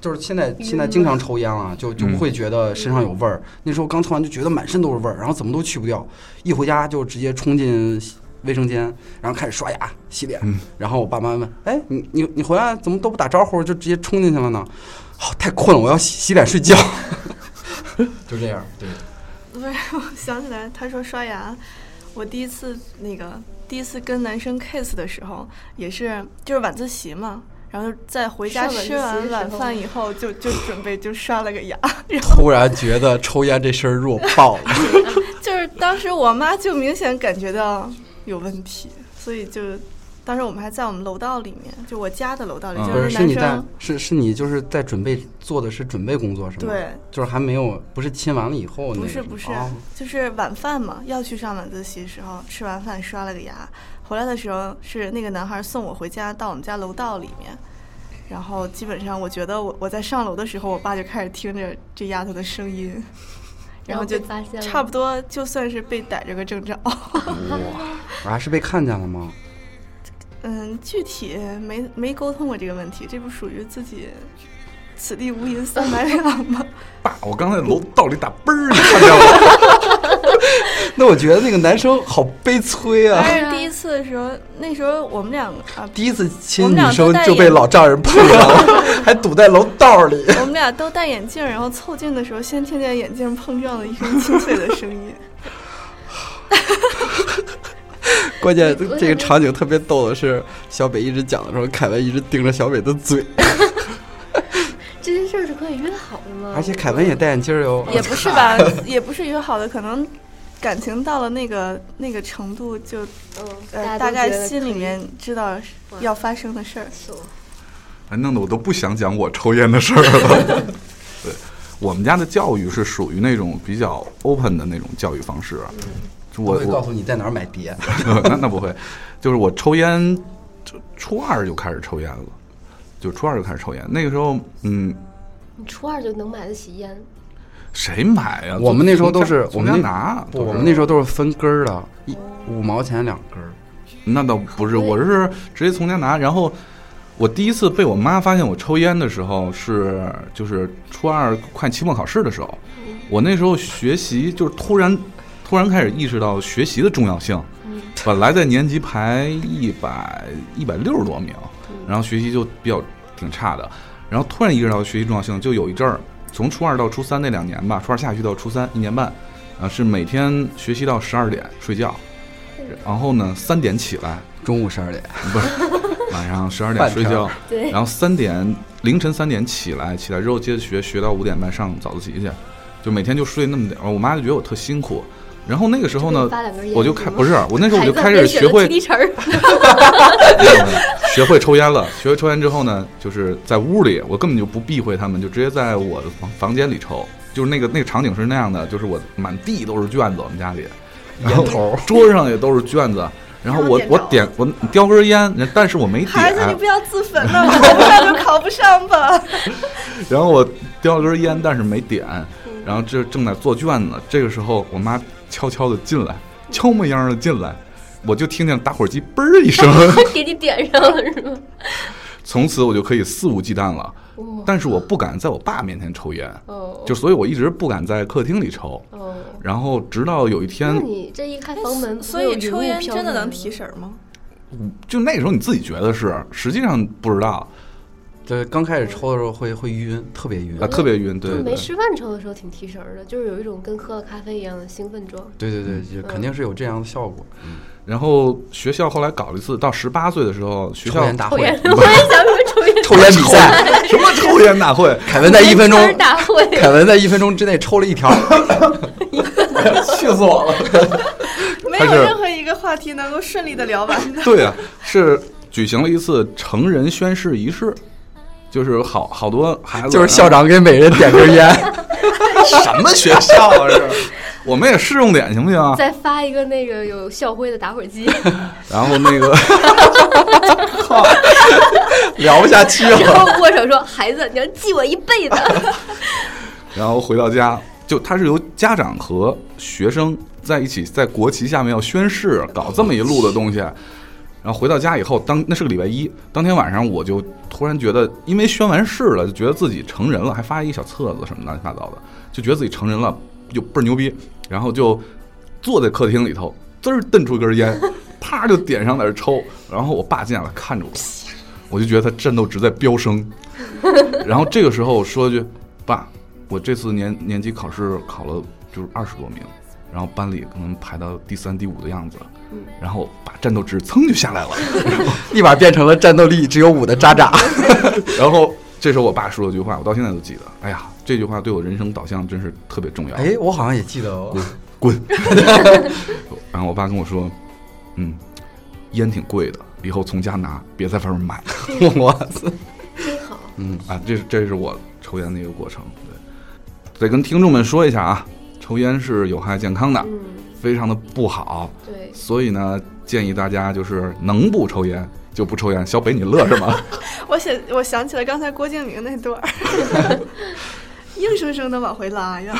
[SPEAKER 3] 就是现在现在经常抽烟了，就就不会觉得身上有味儿。那时候刚抽完就觉得满身都是味儿，然后怎么都去不掉。一回家就直接冲进卫生间，然后开始刷牙洗脸。然后我爸妈问：“哎，你你你回来怎么都不打招呼，就直接冲进去了呢？”好、太困了，我要洗洗脸睡觉。就这样，对，
[SPEAKER 2] 不是，我想起来，他说刷牙，我第一次那个第一次跟男生 kiss 的时候，也是就是晚自习嘛，然后在回家
[SPEAKER 4] 上晚自习
[SPEAKER 2] 吃
[SPEAKER 4] 的时候
[SPEAKER 2] 完晚饭以后，就 就准备就刷了个牙，
[SPEAKER 3] 突然觉得抽烟这事儿弱爆了。
[SPEAKER 2] 就是当时我妈就明显感觉到有问题，所以就当时我们还在我们楼道里面，就我家的楼道里，
[SPEAKER 1] 嗯
[SPEAKER 2] 就
[SPEAKER 3] 不
[SPEAKER 2] 是
[SPEAKER 3] 是，是
[SPEAKER 2] 男
[SPEAKER 3] 你在
[SPEAKER 2] 生，
[SPEAKER 3] 是是你就是在准备做的是准备工作是吗？
[SPEAKER 2] 对，
[SPEAKER 3] 就是还没有，不是亲完了以后
[SPEAKER 2] 不
[SPEAKER 3] 那个
[SPEAKER 2] 是
[SPEAKER 3] 什么
[SPEAKER 2] 不是
[SPEAKER 3] 哦，
[SPEAKER 2] 就是晚饭嘛，要去上晚自习的时候，吃完饭刷了个牙，回来的时候是那个男孩送我回家，到我们家楼道里面，然后基本上我觉得我我在上楼的时候，我爸就开始听着这丫头的声音，然后就
[SPEAKER 4] 被发现了
[SPEAKER 2] 差不多就算是被逮着个正着，
[SPEAKER 3] 啊是被看见了吗？
[SPEAKER 2] 嗯，具体没没沟通过这个问题，这不属于自己此地无银三百两吗？
[SPEAKER 1] 爸，我刚才楼道里打嘣儿，你看见了？
[SPEAKER 3] 那我觉得那个男生好悲 催啊！
[SPEAKER 2] 但是第一次的时候，那时候我们两个啊，
[SPEAKER 3] 第一次亲
[SPEAKER 2] 我们
[SPEAKER 3] 女
[SPEAKER 2] 俩都
[SPEAKER 3] 生
[SPEAKER 2] 戴
[SPEAKER 3] 就被
[SPEAKER 2] 眼
[SPEAKER 3] 老丈人碰 了，还堵在楼道里。
[SPEAKER 2] 我们俩都戴眼镜，然后凑近的时候，先听见眼镜碰撞的一声清脆的声 音。
[SPEAKER 3] 关键
[SPEAKER 4] 我
[SPEAKER 3] 这个
[SPEAKER 4] 想
[SPEAKER 3] 场景特别逗的是，小北一直讲的时候，凯文一直盯着小北的嘴，
[SPEAKER 2] 嗯
[SPEAKER 4] 这件事儿是可以约好的吗？
[SPEAKER 3] 而且凯文也戴眼镜儿哟。
[SPEAKER 2] 也不是吧，也不是约好的，可能感情到了那个那个程度就，
[SPEAKER 4] 嗯，
[SPEAKER 2] 呃
[SPEAKER 4] 家
[SPEAKER 2] 大
[SPEAKER 4] 都
[SPEAKER 2] 概
[SPEAKER 4] 觉得
[SPEAKER 2] 心
[SPEAKER 4] 可
[SPEAKER 2] 里
[SPEAKER 4] 以
[SPEAKER 2] 面知道是
[SPEAKER 4] 哇
[SPEAKER 2] 要发生的事儿。
[SPEAKER 4] 是吗
[SPEAKER 1] 哎，弄得我都不想讲我抽烟的事儿了。 对，我们家的教育是属于那种比较 open 的那种教育方式啊。就
[SPEAKER 3] 我
[SPEAKER 1] 我
[SPEAKER 3] 嗯会告
[SPEAKER 1] 我
[SPEAKER 3] 诉你在哪儿买碟。
[SPEAKER 1] 那那不会，就是我抽烟，就初二就开始抽烟了，就初二就开始抽烟。那个时候，嗯，
[SPEAKER 4] 你初二就能买得起烟，
[SPEAKER 1] 谁买呀、
[SPEAKER 3] 我们那时候都是
[SPEAKER 1] 从
[SPEAKER 3] 我
[SPEAKER 1] 家从家
[SPEAKER 3] 们那
[SPEAKER 1] 拿，
[SPEAKER 3] 不，我们那时候都是分根儿的，一五毛钱两根儿。
[SPEAKER 1] 那倒不是，我是直接从家拿。然后我第一次被我妈发现我抽烟的时候是，就是初二快期末考试的时候，我那时候学习就是突然突然开始意识到学习的重要性。本来在年级排一百一百六十多名，然后学习就比较挺差的，然后突然意识到学习重要性，就有一阵儿，从初二到初三那两年吧，初二下学期到初三一年半，啊是每天学习到十二点睡觉，然后呢三点起来，
[SPEAKER 3] 中午十二点，
[SPEAKER 1] 不是 晚上十二点
[SPEAKER 3] 半
[SPEAKER 1] 睡
[SPEAKER 3] 天
[SPEAKER 1] 觉
[SPEAKER 3] 儿，
[SPEAKER 4] 对
[SPEAKER 1] 然后三点凌晨三点起来，起来之后接着学，学到五点半上早自习去，就每天就睡那么点儿。我妈就觉得我特辛苦。然后那个时候
[SPEAKER 4] 就
[SPEAKER 1] 呢
[SPEAKER 4] 给你发两根，烟
[SPEAKER 1] 我就开不是我那时候我
[SPEAKER 4] 孩
[SPEAKER 1] 就
[SPEAKER 4] 子
[SPEAKER 1] 开
[SPEAKER 4] 被
[SPEAKER 1] 始
[SPEAKER 4] 选
[SPEAKER 1] 学
[SPEAKER 4] 了
[SPEAKER 1] 会
[SPEAKER 4] 提提成儿，
[SPEAKER 1] 学会抽烟了。学会抽烟之后呢，就是在屋里，我根本就不避讳他们，就直接在我的房房间里抽。就是那个那个场景是那样的，就是我满地都是卷子，我们家里，然后
[SPEAKER 3] 烟头儿
[SPEAKER 1] 桌上也都是卷子。然后我我点我叼根烟，但是我没点。
[SPEAKER 2] 孩子，你不要自焚 呐，考不上就考不上吧。
[SPEAKER 1] 然后我叼了根烟，但是没点，然后这正在做卷子，这个时候我妈悄悄的进来，悄么样的进来，我就听见打火机嘣儿一声，
[SPEAKER 4] 给你点上了是吗？
[SPEAKER 1] 从此我就可以肆无忌惮了。
[SPEAKER 4] 哦
[SPEAKER 1] 但是我不敢在我爸面前抽烟，
[SPEAKER 4] 哦，
[SPEAKER 1] 就所以我一直不敢在客厅里抽。
[SPEAKER 4] 哦，
[SPEAKER 1] 然后直到有一
[SPEAKER 4] 那
[SPEAKER 1] 天，
[SPEAKER 4] 你这一开房 门，
[SPEAKER 2] 哎所以抽烟真的能提
[SPEAKER 4] 神？
[SPEAKER 2] 神吗？
[SPEAKER 1] 就那时候你自己觉得是，实际上不知道，
[SPEAKER 3] 对，刚开始抽的时候会会晕，特别晕
[SPEAKER 1] 啊，。特别晕，对
[SPEAKER 4] 就
[SPEAKER 1] 对
[SPEAKER 4] 嗯没
[SPEAKER 1] 对。
[SPEAKER 4] 吃饭抽的时候挺提神儿的，就是有一种跟喝了咖啡一样的兴奋状。
[SPEAKER 3] 对对对，就肯定是有这样的效果。
[SPEAKER 1] 然后学校后来搞了一次，到十八岁的时候，学
[SPEAKER 3] 抽
[SPEAKER 1] 校
[SPEAKER 3] 烟大
[SPEAKER 4] 抽
[SPEAKER 3] 会，
[SPEAKER 4] 烟， 我也想说抽烟。
[SPEAKER 3] 抽烟比赛，
[SPEAKER 1] 什么 抽烟大会，
[SPEAKER 3] 凯文在一分钟，
[SPEAKER 4] 烟圈大会，
[SPEAKER 3] 凯文在一分钟之内抽了一条，
[SPEAKER 1] 气死我了。
[SPEAKER 2] 没
[SPEAKER 1] 还
[SPEAKER 2] 有
[SPEAKER 1] 是
[SPEAKER 2] 任何一个话题能够顺利的聊完 的。
[SPEAKER 1] 对啊，是举行了一次成人宣誓仪式，就是好好多孩子
[SPEAKER 3] 就是校长给每人点根烟。
[SPEAKER 1] 什么学校啊？这是，我们也试用点行不行啊？
[SPEAKER 4] 再发一个那个有校徽的打火机，
[SPEAKER 1] 然后那个， 靠，
[SPEAKER 3] 聊不下去
[SPEAKER 4] 然
[SPEAKER 3] 了。
[SPEAKER 4] 后握手说：“孩子，你要记我一辈子。
[SPEAKER 1] 然后回到家，就他是由家长和学生在一起，在国旗下面要宣誓，搞这么一路的东西。然后回到家以后，当那是个礼拜一，当天晚上我就突然觉得，因为宣完誓了，就觉得自己成人了，还发一个小册子什么乱七八糟的，就觉得自己成人了，就倍儿牛逼。然后就坐在客厅里头，滋儿瞪出一根烟，啪就点上在这抽。然后我爸进来了，看着我，我就觉得他战斗值在飙升。然后这个时候我说一句：“爸，我这次年年级考试考了就是二十多名，然后班里可能排到第三、第五的样子。”然后把战斗值噌就下来了。
[SPEAKER 3] 立马变成了战斗力只有五的渣渣。
[SPEAKER 1] 然后这时候我爸说了句话，我到现在都记得。哎呀，这句话对我人生导向真是特别重要。
[SPEAKER 3] 哎，我好像也记得哦。
[SPEAKER 1] 滚！然后我爸跟我说：“嗯，烟挺贵的，以后从家拿，别在外面买。”
[SPEAKER 3] 我操！”
[SPEAKER 4] 真好，
[SPEAKER 3] 嗯，
[SPEAKER 1] 啊，这是这是我抽烟的一个过程。对，得跟听众们说一下啊，抽烟是有害健康的，
[SPEAKER 4] 嗯，
[SPEAKER 1] 非常的不好。
[SPEAKER 4] 对，
[SPEAKER 1] 所以呢，建议大家就是能不抽烟就不抽烟。小北，你乐什么？
[SPEAKER 2] 我想我想起了刚才郭敬明那段儿， 硬生生的往回拉呀。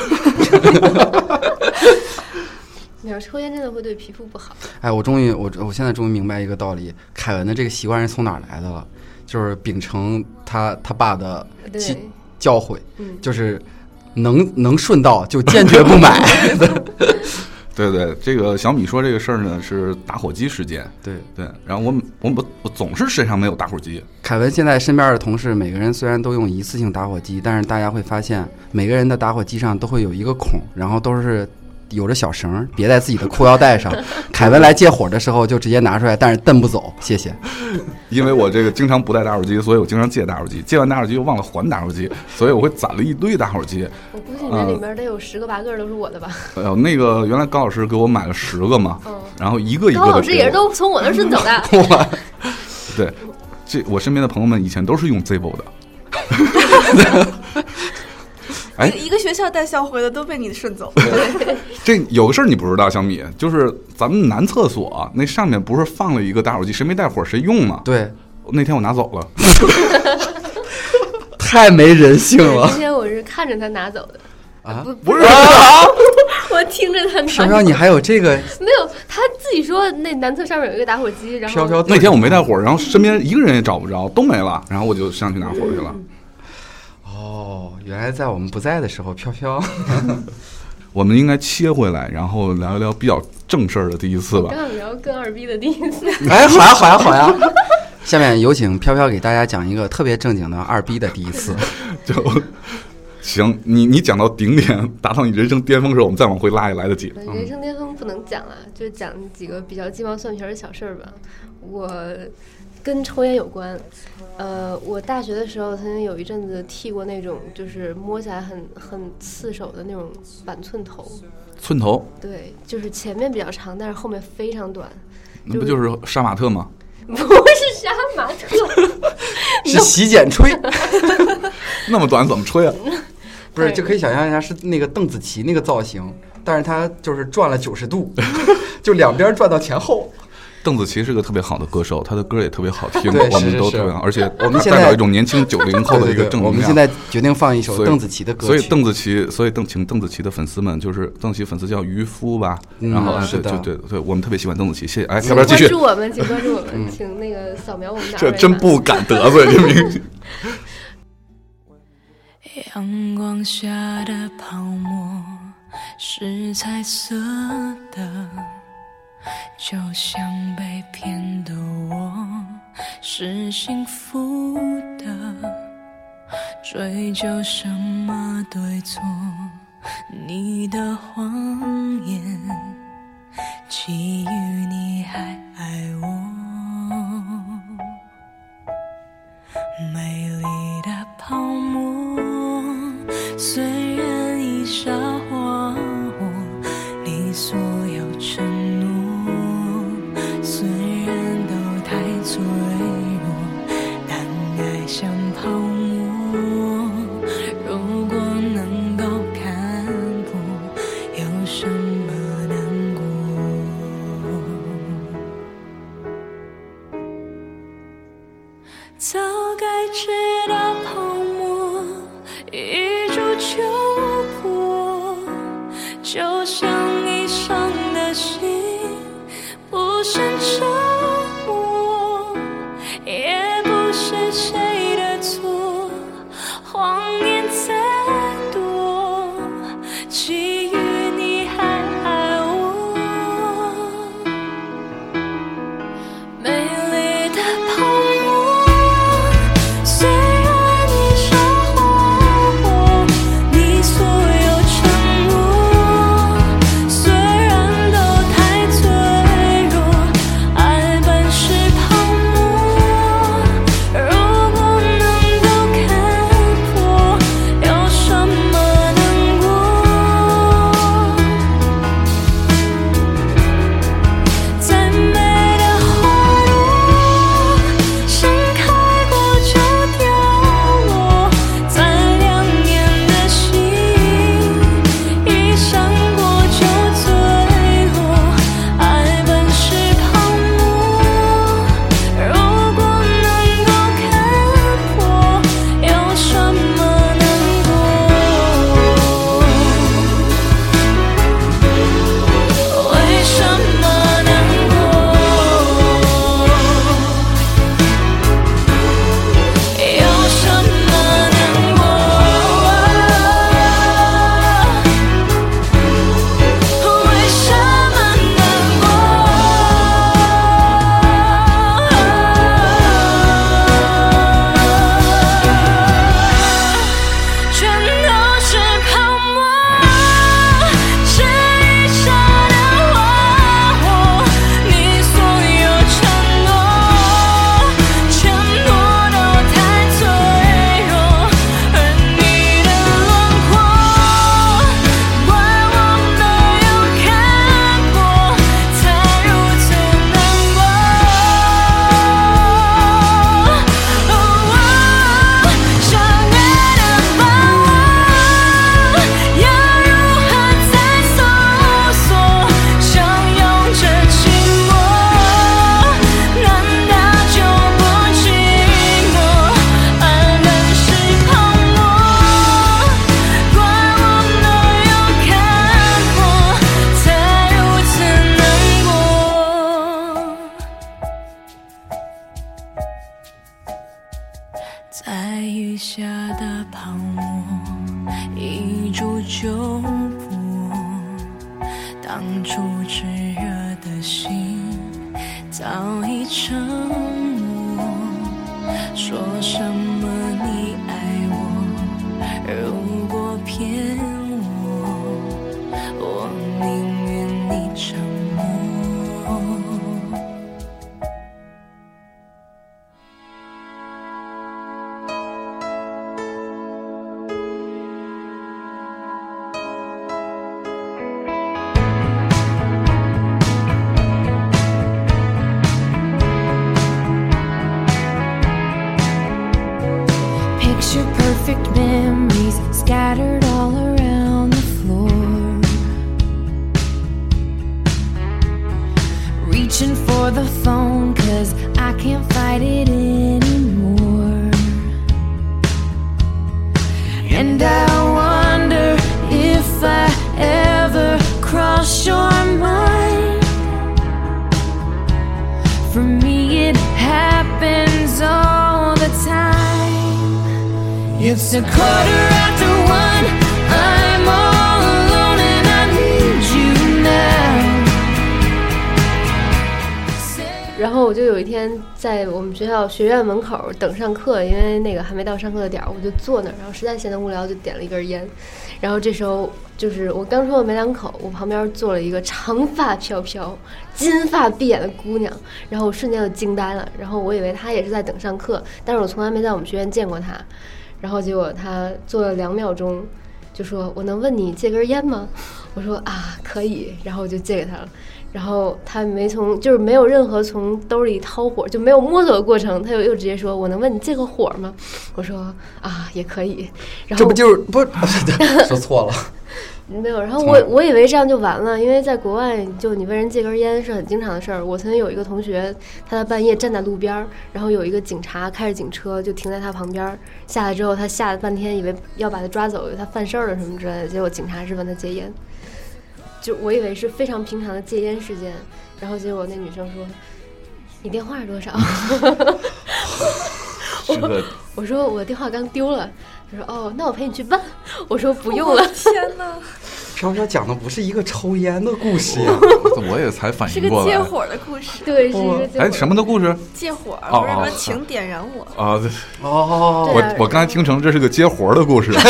[SPEAKER 4] 你要抽烟真的会对皮肤不好。
[SPEAKER 3] 哎，我终于，我我现在终于明白一个道理，凯文的这个习惯是从哪儿来的了，就是秉承他他爸的教
[SPEAKER 4] 对，
[SPEAKER 3] 教诲，
[SPEAKER 4] 嗯，
[SPEAKER 3] 就是能能顺道就坚决不买。
[SPEAKER 1] 对对，这个小米说这个事儿呢是打火机事件，
[SPEAKER 3] 对，
[SPEAKER 1] 对，然后我我我总是身上没有打火机，
[SPEAKER 3] 凯文现在身边的同事每个人虽然都用一次性打火机，但是大家会发现每个人的打火机上都会有一个孔，然后都是有着小绳儿别在自己的裤腰带 上。凯文来借火的时候就直接拿出来，但是蹬不走，谢谢。
[SPEAKER 1] 因为我这个经常不带打火机，所以我经常借打火机，借完打火机又忘了还打火机，所以我会攒了一堆打火机。
[SPEAKER 4] 我估计你那里面得有十个八个都是我的吧？
[SPEAKER 1] 哎呦，那个原来高老师给我买了十个嘛，
[SPEAKER 4] 嗯，
[SPEAKER 1] 然后一个一个
[SPEAKER 4] 高
[SPEAKER 1] 的
[SPEAKER 4] 老师也是都从我那儿顺走的。
[SPEAKER 1] 我， 对，这我身边的朋友们以前都是用 Zippo 的，哎
[SPEAKER 2] 一个一个学校带校徽的都被你顺走。
[SPEAKER 1] 这有个事儿你不知道，小米，就是咱们男厕所、啊那上面不是放了一个打火机，谁没带火谁用嘛？
[SPEAKER 3] 对，
[SPEAKER 1] 那天我拿走了，
[SPEAKER 3] 太没人性
[SPEAKER 4] 对
[SPEAKER 3] 了
[SPEAKER 4] 今天我是看着他拿走的，
[SPEAKER 3] 啊！
[SPEAKER 1] 不是
[SPEAKER 4] 我听着他拿走。
[SPEAKER 3] 飘飘，你还有这个
[SPEAKER 4] 没有？他自己说那男厕上面有一个打火机，然后
[SPEAKER 3] 飘飘
[SPEAKER 1] 那天我没带火，然后身边一个人也找不着，都没了，然后我就上去拿火去了。
[SPEAKER 3] 哦，原来在我们不在的时候，飘飘
[SPEAKER 1] 我们应该切回来，然后聊一聊比较正事儿的第一次吧
[SPEAKER 4] 刚。好聊跟二逼的第一次，
[SPEAKER 3] 哎，好呀，好呀，好呀。下面有请飘飘给大家讲一个特别正经的二逼的第 一次。
[SPEAKER 1] 就行，你你讲到顶点，达到你人生巅峰的时候，我们再往回拉也来得及。
[SPEAKER 4] 人生巅峰不能讲啊，就讲几个比较鸡毛蒜皮儿的小事儿吧。我跟抽烟有关，呃，我大学的时候曾经有一阵子剃过那种就是摸起来很很刺手的那种板寸头，
[SPEAKER 1] 寸头，
[SPEAKER 4] 对，就是前面比较长，但是后面非常短。
[SPEAKER 1] 那不就是杀马特吗？
[SPEAKER 4] 不是杀马特，
[SPEAKER 3] 是洗剪吹，
[SPEAKER 1] 那么短怎么吹啊？
[SPEAKER 3] 不是
[SPEAKER 4] 对
[SPEAKER 3] 就可以想象一下是那个邓紫棋那个造型，但是她就是转了九十度， 就两边转到前后。
[SPEAKER 1] 邓紫棋是个特别好的歌手，她的歌也特别好听，
[SPEAKER 3] 对
[SPEAKER 1] 我
[SPEAKER 3] 是
[SPEAKER 1] 们
[SPEAKER 3] 是
[SPEAKER 1] 都
[SPEAKER 3] 是
[SPEAKER 1] 特别好，而且
[SPEAKER 3] 我们
[SPEAKER 1] 她
[SPEAKER 3] 现
[SPEAKER 1] 代表
[SPEAKER 3] 在
[SPEAKER 1] 一种年轻九零后的一个
[SPEAKER 3] 对对对
[SPEAKER 1] 正能量。
[SPEAKER 3] 我们现在决定放一首
[SPEAKER 1] 所以
[SPEAKER 3] 邓紫棋的歌曲。
[SPEAKER 1] 所以邓紫棋，所以邓请邓紫棋的粉丝们，就是邓紫棋粉丝叫渔夫吧，
[SPEAKER 3] 嗯
[SPEAKER 1] 然后
[SPEAKER 3] 是的嗯
[SPEAKER 1] 对对对对，我们特别喜欢邓紫棋，谢谢。哎，
[SPEAKER 4] 请
[SPEAKER 1] 下边
[SPEAKER 4] 关
[SPEAKER 1] 继续，嗯
[SPEAKER 4] 注我们，请关注我们，请那个扫描我们的二
[SPEAKER 1] 这
[SPEAKER 4] 维码。
[SPEAKER 1] 真不敢得罪这名。
[SPEAKER 5] 阳光下的泡沫是彩色的，就像被骗的我是幸福的，追究什么对错？你的谎言，基于你还爱我。美丽的泡沫，虽然已沙化我，你所有承诺，虽然都太脆弱，但爱像泡沫，如果能够看破，有什么难过？早该知道泡沫一触就破，就像你伤的心不是折磨，也不是谁的错。雨下的泡沫，一触就破。当初炽热的心早已沉默，说什么你爱我，如果骗我，我宁愿你沉默。
[SPEAKER 6] Picture perfect memories scattered all around the floor. Reaching for the phone, cause I can't fight it anymore. And I wonder if I ever cross your mind. For me, it happens all the time. It's a quarter after one. I'm all alone and I need you now. Say-
[SPEAKER 4] 然后我就有一天在我们学校学院门口等上课，因为那个还没到上课的点儿，我就坐那儿，然后实在闲得无聊，就点了一根烟。然后这时候就是我刚说了没两口，我旁边坐了一个长发飘飘、金发碧眼的姑娘，然后我瞬间就惊呆了。然后我以为她也是在等上课，但是我从来没在我们学院见过她。然后结果她坐了两秒钟，就说：“我能问你借根烟吗？”我说：“啊，可以。”然后我就借给她了。然后他没从，就是没有任何从兜里掏火，就没有摸索的过程，他就又直接说：“我能问你借个火吗？”我说：“啊，也可以。”然后
[SPEAKER 3] 这不就是 不是哦说错了？
[SPEAKER 4] 没有，然后我我以为这样就完了，因为在国外，就你问人借根烟是很经常的事儿。我曾经有一个同学，他在半夜站在路边儿，然后有一个警察开着警车就停在他旁边儿，下来之后他吓了半天，以为要把他抓走，以为他犯事儿了什么之类的，结果警察是问他戒烟，就我以为是非常平常的戒烟事件，然后结果那女生说：“你电话是多少？”
[SPEAKER 1] 这个
[SPEAKER 4] 我说我电话刚丢了，她说：“哦，那我陪你去办。” 我说：“不用了。”
[SPEAKER 7] 天哪，
[SPEAKER 3] 飘飘讲的不是一个抽烟的 故事呀，
[SPEAKER 1] 我也才反
[SPEAKER 7] 是
[SPEAKER 1] 应
[SPEAKER 7] 个
[SPEAKER 1] 过
[SPEAKER 7] 借
[SPEAKER 1] 来。
[SPEAKER 7] 火的故事，
[SPEAKER 4] 对，是一个
[SPEAKER 1] 哎，
[SPEAKER 4] 结
[SPEAKER 1] 什
[SPEAKER 4] 果
[SPEAKER 1] 么的故事
[SPEAKER 7] 借火啊
[SPEAKER 1] 哦
[SPEAKER 7] 不是什么
[SPEAKER 1] 哦
[SPEAKER 7] 请点燃我，
[SPEAKER 1] 啊？对
[SPEAKER 3] 哦，
[SPEAKER 4] 对啊
[SPEAKER 1] 我我刚才听成这是个接活儿的故事。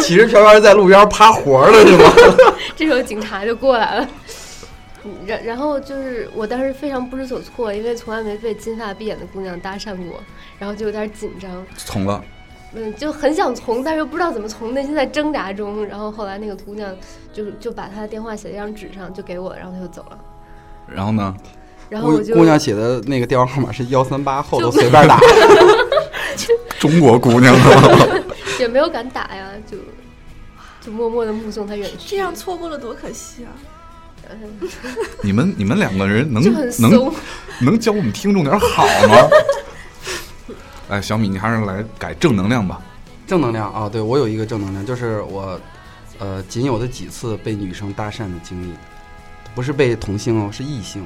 [SPEAKER 3] 其实飘飘是在路边趴活儿了是吗？
[SPEAKER 4] 这时候警察就过来了。 然然后就是我当时非常不知所措，因为从来没被金发碧眼的姑娘搭讪过，然后就有点紧张，
[SPEAKER 1] 从了，
[SPEAKER 4] 嗯，就很想从，但是又不知道怎么从，内心在挣扎中。然后后来那个姑娘就就把她的电话写在一张纸上，就给我，然后她就走了。
[SPEAKER 1] 然后呢？
[SPEAKER 4] 然后
[SPEAKER 3] 姑
[SPEAKER 4] 我就
[SPEAKER 3] 姑娘写的那个电话号码是幺三八，后 头随便打。
[SPEAKER 1] 中国姑娘了，
[SPEAKER 4] 也没有敢打呀，就就默默的目送她远去。
[SPEAKER 7] 这样错过了多可惜啊！
[SPEAKER 4] 嗯
[SPEAKER 1] 你们你们两个人能
[SPEAKER 4] 就很
[SPEAKER 1] 能
[SPEAKER 4] 怂。
[SPEAKER 1] 能教我们听众点好吗？ 哎，小米，你还是来改正能量吧。
[SPEAKER 3] 正能量啊，对我有一个正能量，就是我，呃，仅有的几次被女生搭讪的经历，不是被同性哦，是异 性。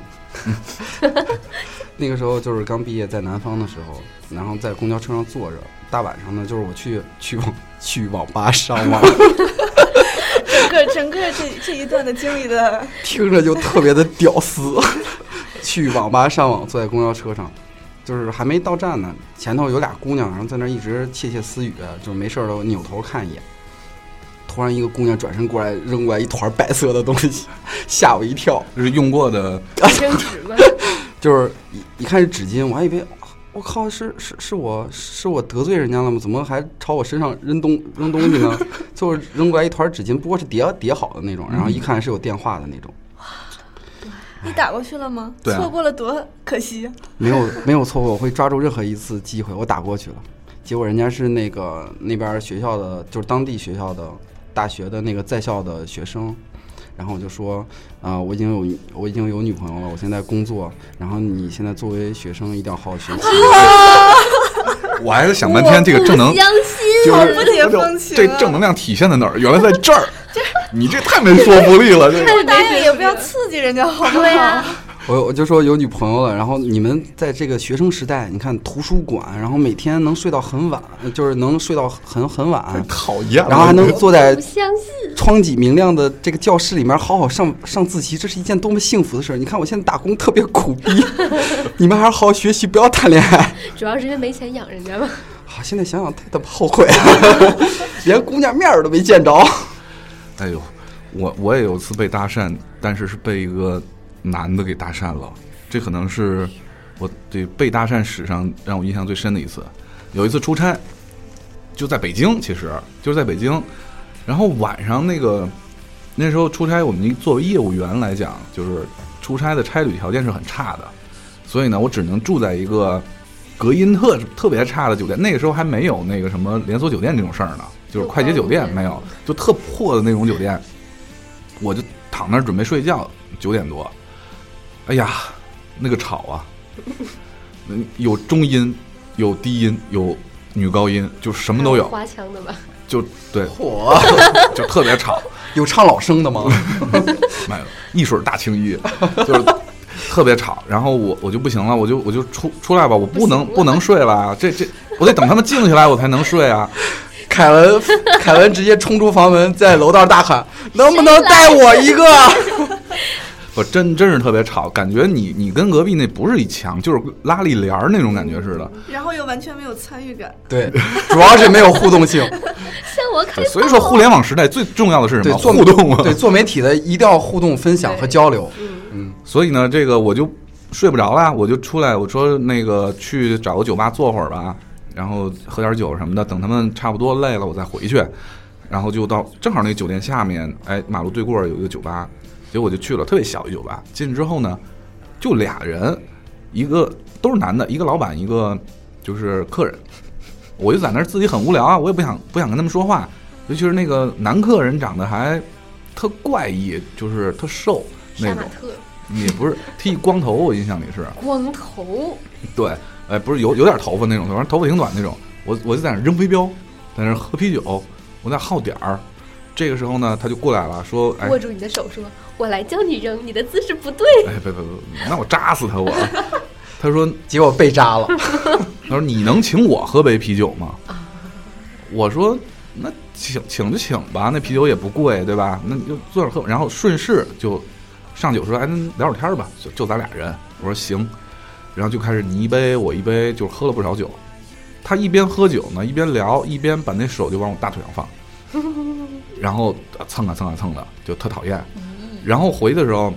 [SPEAKER 3] 那个时候就是刚毕业，在南方的时候，然后在公交车上坐着，大晚上呢，就是我去去网去网吧上网，
[SPEAKER 7] 整个整个这这一段的经历的，
[SPEAKER 3] 听着就特别的屌丝。 去网吧上网，坐在公交车上，就是还没到站呢，前头有俩姑娘，然后在那儿一直窃窃私语，就没事儿了，扭头看一眼。突然，一个姑娘转身过来，扔过来一团白色的东西， 吓我一跳。
[SPEAKER 1] 就是用过的，
[SPEAKER 4] 卫生纸嘛，
[SPEAKER 3] 就是一一看是纸巾，我还以为哦我靠是是是我是我得罪人家了吗？怎么还朝我身上扔东扔东西呢？ 最后扔过来一团纸巾，不过是叠叠好的那种，然后一看是有电话的那种。
[SPEAKER 7] 你打过去了吗？
[SPEAKER 1] 对啊
[SPEAKER 7] 错过了多可
[SPEAKER 2] 啊
[SPEAKER 7] 惜。
[SPEAKER 3] 没有没有错过，我会抓住任何一次机会。我打过去了，结果人家是那个那边学校的，就是当地学校的大学的那个在校的学生。然后我就说，啊、我已经有我已经有女朋友了，我现在工作。然后你现在作为学生，一定要好好学习。
[SPEAKER 1] 我还是想半天这个正能
[SPEAKER 4] 我不，相信
[SPEAKER 1] 就
[SPEAKER 7] 我
[SPEAKER 1] 是
[SPEAKER 7] 不解风情啊
[SPEAKER 1] 这正能量体现在哪儿？原来在这 儿，你这太没说服力了。这个
[SPEAKER 4] 太没
[SPEAKER 7] 答应也
[SPEAKER 4] 水
[SPEAKER 7] 不
[SPEAKER 4] 平
[SPEAKER 7] 要
[SPEAKER 4] 了
[SPEAKER 7] 刺激人家好不好？
[SPEAKER 2] 啊
[SPEAKER 4] 对呀、
[SPEAKER 3] 我我就说有女朋友了，然后你们在这个学生时代，你看图书馆，然后每天能睡到很晚，就是能睡到很很晚，
[SPEAKER 1] 哎讨厌了
[SPEAKER 3] 然后还能坐在
[SPEAKER 4] 不相信，
[SPEAKER 3] 窗几明亮的这个教室里面好好上上自习，这是一件多么幸福的事儿！你看我现在打工特别苦逼， 你们还是好好学习，不要谈恋爱。
[SPEAKER 4] 主要是因为没钱养人家嘛。
[SPEAKER 3] 啊，现在想想太他妈 后悔了，连姑娘面儿都没见着。
[SPEAKER 1] 哎呦，我我也有次被搭讪，但是是被一个男的给搭讪了。这可能是我对被搭讪史上让我印象最深的一次。有一次出差，就在北京，其实就是在北京。然后晚上那个那时候出差，我们作为业务员来讲，就是出差的差旅条件是很差的，所以呢，我只能住在一个隔音特特别差的酒店。那个时候还没有那个什么连锁酒店这种事儿呢，就是快捷酒店没有，就特破的那种酒店。我就躺那儿准备睡觉，九点多，哎呀，那个吵啊， 嗯有中音，有低音，有女高音，就什么都有，
[SPEAKER 4] 花腔的吧？
[SPEAKER 1] 就对，
[SPEAKER 3] 嚯，
[SPEAKER 1] 就特别吵。
[SPEAKER 3] 有唱老 声的吗？
[SPEAKER 1] 没有，一水大青衣，就是特别吵。然后我我就不行了，我就我就出出来吧，我不能不能睡了，啊这这我得等他们静下来我才能睡啊。
[SPEAKER 3] 凯文，凯文直接冲出房门，在楼道大 喊：“能不能带我一个
[SPEAKER 1] 我真真是特别吵，感觉你你跟隔壁那不是一墙，就是拉了一帘儿那种感觉似的。
[SPEAKER 2] 然后又完全没有参与感，？”
[SPEAKER 3] 对，主要是没有互 动性。
[SPEAKER 4] 向我开
[SPEAKER 1] 对，
[SPEAKER 4] 炮！啊
[SPEAKER 1] 所以说互联网时代最重要的是什
[SPEAKER 3] 对，
[SPEAKER 1] 么？
[SPEAKER 3] 做
[SPEAKER 1] 互动啊。
[SPEAKER 3] 对，做媒体的一定要互动、分享和交流。嗯，
[SPEAKER 1] 所以呢，这个我就睡不着啦，我就出来，我说那个去找个酒吧坐会儿吧，然后喝点酒什么的，等他们差不多累了，我再回去。然后就到正好那酒店下面，哎，马路对过有一个酒吧，结果我就去了，特别小一酒吧。进去之后呢，就俩人，一个都是男的，一个老板，一个就是客人。我就在那儿自己很无聊啊，我也不想不想跟他们说话，尤其是那个男客人长得还特怪异，就是特瘦那
[SPEAKER 4] 杀
[SPEAKER 1] 种
[SPEAKER 4] 马。特
[SPEAKER 1] 也不是剃光头，我印象里是
[SPEAKER 4] 光头，
[SPEAKER 1] 对，哎，不是有有点头发那种，反正头发挺短那种。我我就在那扔飞镖，在那喝啤酒，我在耗点儿。这个时候呢，他就过来了，说：“哎，
[SPEAKER 4] 握住你的手说：“我来教你扔，你的姿势不对。
[SPEAKER 1] 哎，别别别，那我扎死他我。”他说：“
[SPEAKER 3] 结果被扎了。
[SPEAKER 1] 他说你能请我喝杯啤酒吗？”我说：“那请请就请吧，那啤酒也不贵，对吧？那你就坐着喝。”然后顺势就上酒说：“哎，那聊会儿天儿吧，就就咱俩人。”我说：“行。”然后就开始你一杯我一杯，就是喝了不少酒。他一边喝酒呢，一边聊，一边把那手就往我大腿上放， 然后呃蹭啊蹭啊蹭的，就特讨厌。然后回的时候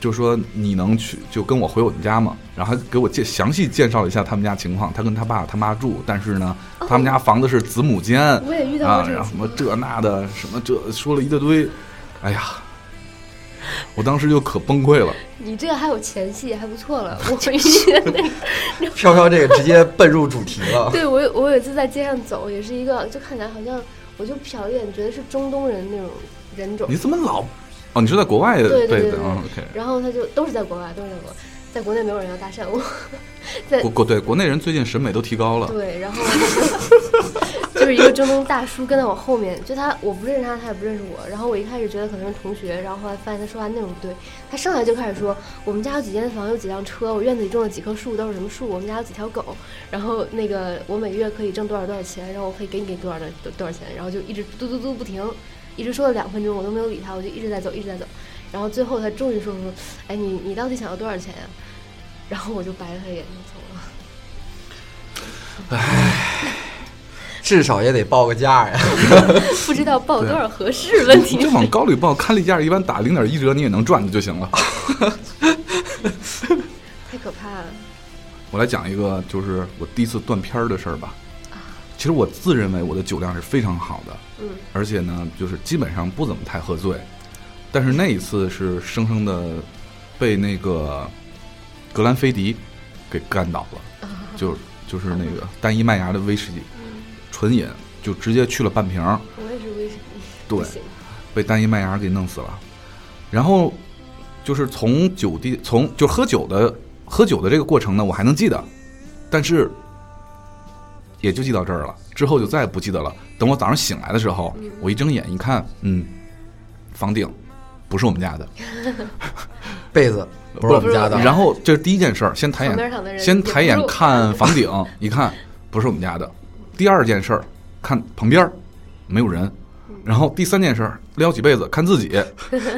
[SPEAKER 1] 就说你能去就跟我回我们家吗？然后还给我介详细介绍了一下他们家情况，他跟他爸他妈住，但是呢，他们家房子是子母间，
[SPEAKER 4] 哦我也遇到
[SPEAKER 1] 啊
[SPEAKER 4] 过，这
[SPEAKER 1] 然
[SPEAKER 4] 种
[SPEAKER 1] 后什
[SPEAKER 4] 情
[SPEAKER 1] 么
[SPEAKER 4] 况，
[SPEAKER 1] 这那的，什么这说了一大堆，哎呀，我当时就可崩溃了。
[SPEAKER 4] 你这个还有前戏，还不错 了。我遇见那个
[SPEAKER 3] 飘飘这个直接奔入主题了。
[SPEAKER 4] 对我有我有一次在街上走，也是一个就看起来好像我就瞟一眼，觉得是中东人那种人种
[SPEAKER 1] 你，怎么老？哦，你是在国外
[SPEAKER 4] 对对
[SPEAKER 1] 背
[SPEAKER 4] 对
[SPEAKER 1] 的
[SPEAKER 4] 对
[SPEAKER 1] 啊？OK，
[SPEAKER 4] 然后他就都是在国外，都是在国外，在国内没有人要搭讪我。在
[SPEAKER 1] 国国对国内人最近审美都提高了，
[SPEAKER 4] 对，然后 就是一个中东大叔跟在我后面，就他我不认识他，他也不认识我。然后我一开始觉得可能是同学，然后后来发现他说话内容不对，他上来就开始说我们家有几间房，有几辆车，我院子里种了几棵树，都是什么树，我们家有几条狗，然后那个我每月可以挣多少多少钱，然后我可以给你给你多少多少多少钱，然后就一直嘟嘟嘟不停，一直说了两分钟，我都没有理他，我就一直在走，一直在走。然后最后他终于说说，哎，你你到底想要多少钱呀、 然后我就白了他一眼就走了。
[SPEAKER 3] 至少也得报个价呀。
[SPEAKER 4] 不知道报多少合适？问
[SPEAKER 1] 你
[SPEAKER 4] 题
[SPEAKER 1] 就往高里报，看例价一般打零点一折，你也能赚的就行了。
[SPEAKER 4] 太可怕了。
[SPEAKER 1] 我来讲一个，就是我第一次断片儿的事儿吧。其实我自认为我的酒量是非常好的，
[SPEAKER 4] 嗯，
[SPEAKER 1] 而且呢，就是基本上不怎么太喝醉。但是那一次是生生的被那个格兰菲迪给干倒
[SPEAKER 4] 啊
[SPEAKER 1] 了，就就是那个单一麦芽的威士忌，纯饮，就直接去了半瓶儿，
[SPEAKER 4] 我也是威士忌，
[SPEAKER 1] 对
[SPEAKER 4] 不行
[SPEAKER 1] 被单一麦芽给弄死了。然后就是从酒地从就喝酒的喝酒的这个过程呢，我还能记得，但是也就记到这儿了，之后就再也不记得了。等我早上醒来的时候，嗯我一睁眼一看，嗯，房顶不是我们家的，
[SPEAKER 3] 被子不是我们家的，
[SPEAKER 1] 然后这是第一件事儿，先抬
[SPEAKER 4] 旁边躺的
[SPEAKER 1] 眼，
[SPEAKER 4] 人
[SPEAKER 1] 先抬眼看房顶，一看不是我们家的。第二件事儿，看旁边儿没有人，
[SPEAKER 4] 嗯
[SPEAKER 1] 然后第三件事儿，撩起被子看自己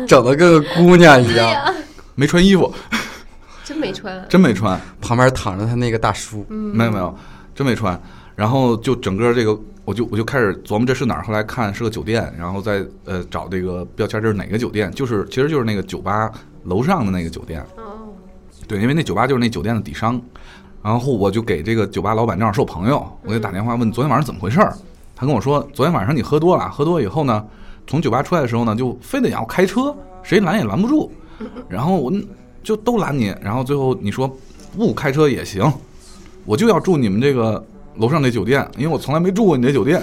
[SPEAKER 3] 整的跟个姑娘一样，
[SPEAKER 1] 没穿衣服，
[SPEAKER 4] 真没穿，
[SPEAKER 1] 真没穿，
[SPEAKER 3] 旁边躺着他那个大叔，
[SPEAKER 1] 没有没有，真没穿。然后就整个这个，我就我就开始琢磨这是哪儿。后来看是个酒店，然后再呃找这个标签，这是哪个酒店？就是其实就是那个酒吧楼上的那个酒店。
[SPEAKER 4] 哦，
[SPEAKER 1] 对，因为那酒吧就是那酒店的底商，然后我就给这个酒吧老板正好是我朋友，我给打电话问昨天晚上怎么回事儿，他跟我说昨天晚上你喝多了，喝多以后呢，从酒吧出来的时候呢，就非得要开车，谁拦也拦不住，然后我嗯就都拦你，然后最后你说不开车也行，我就要住你们这个楼上这酒店，因为我从来没住过你这酒店，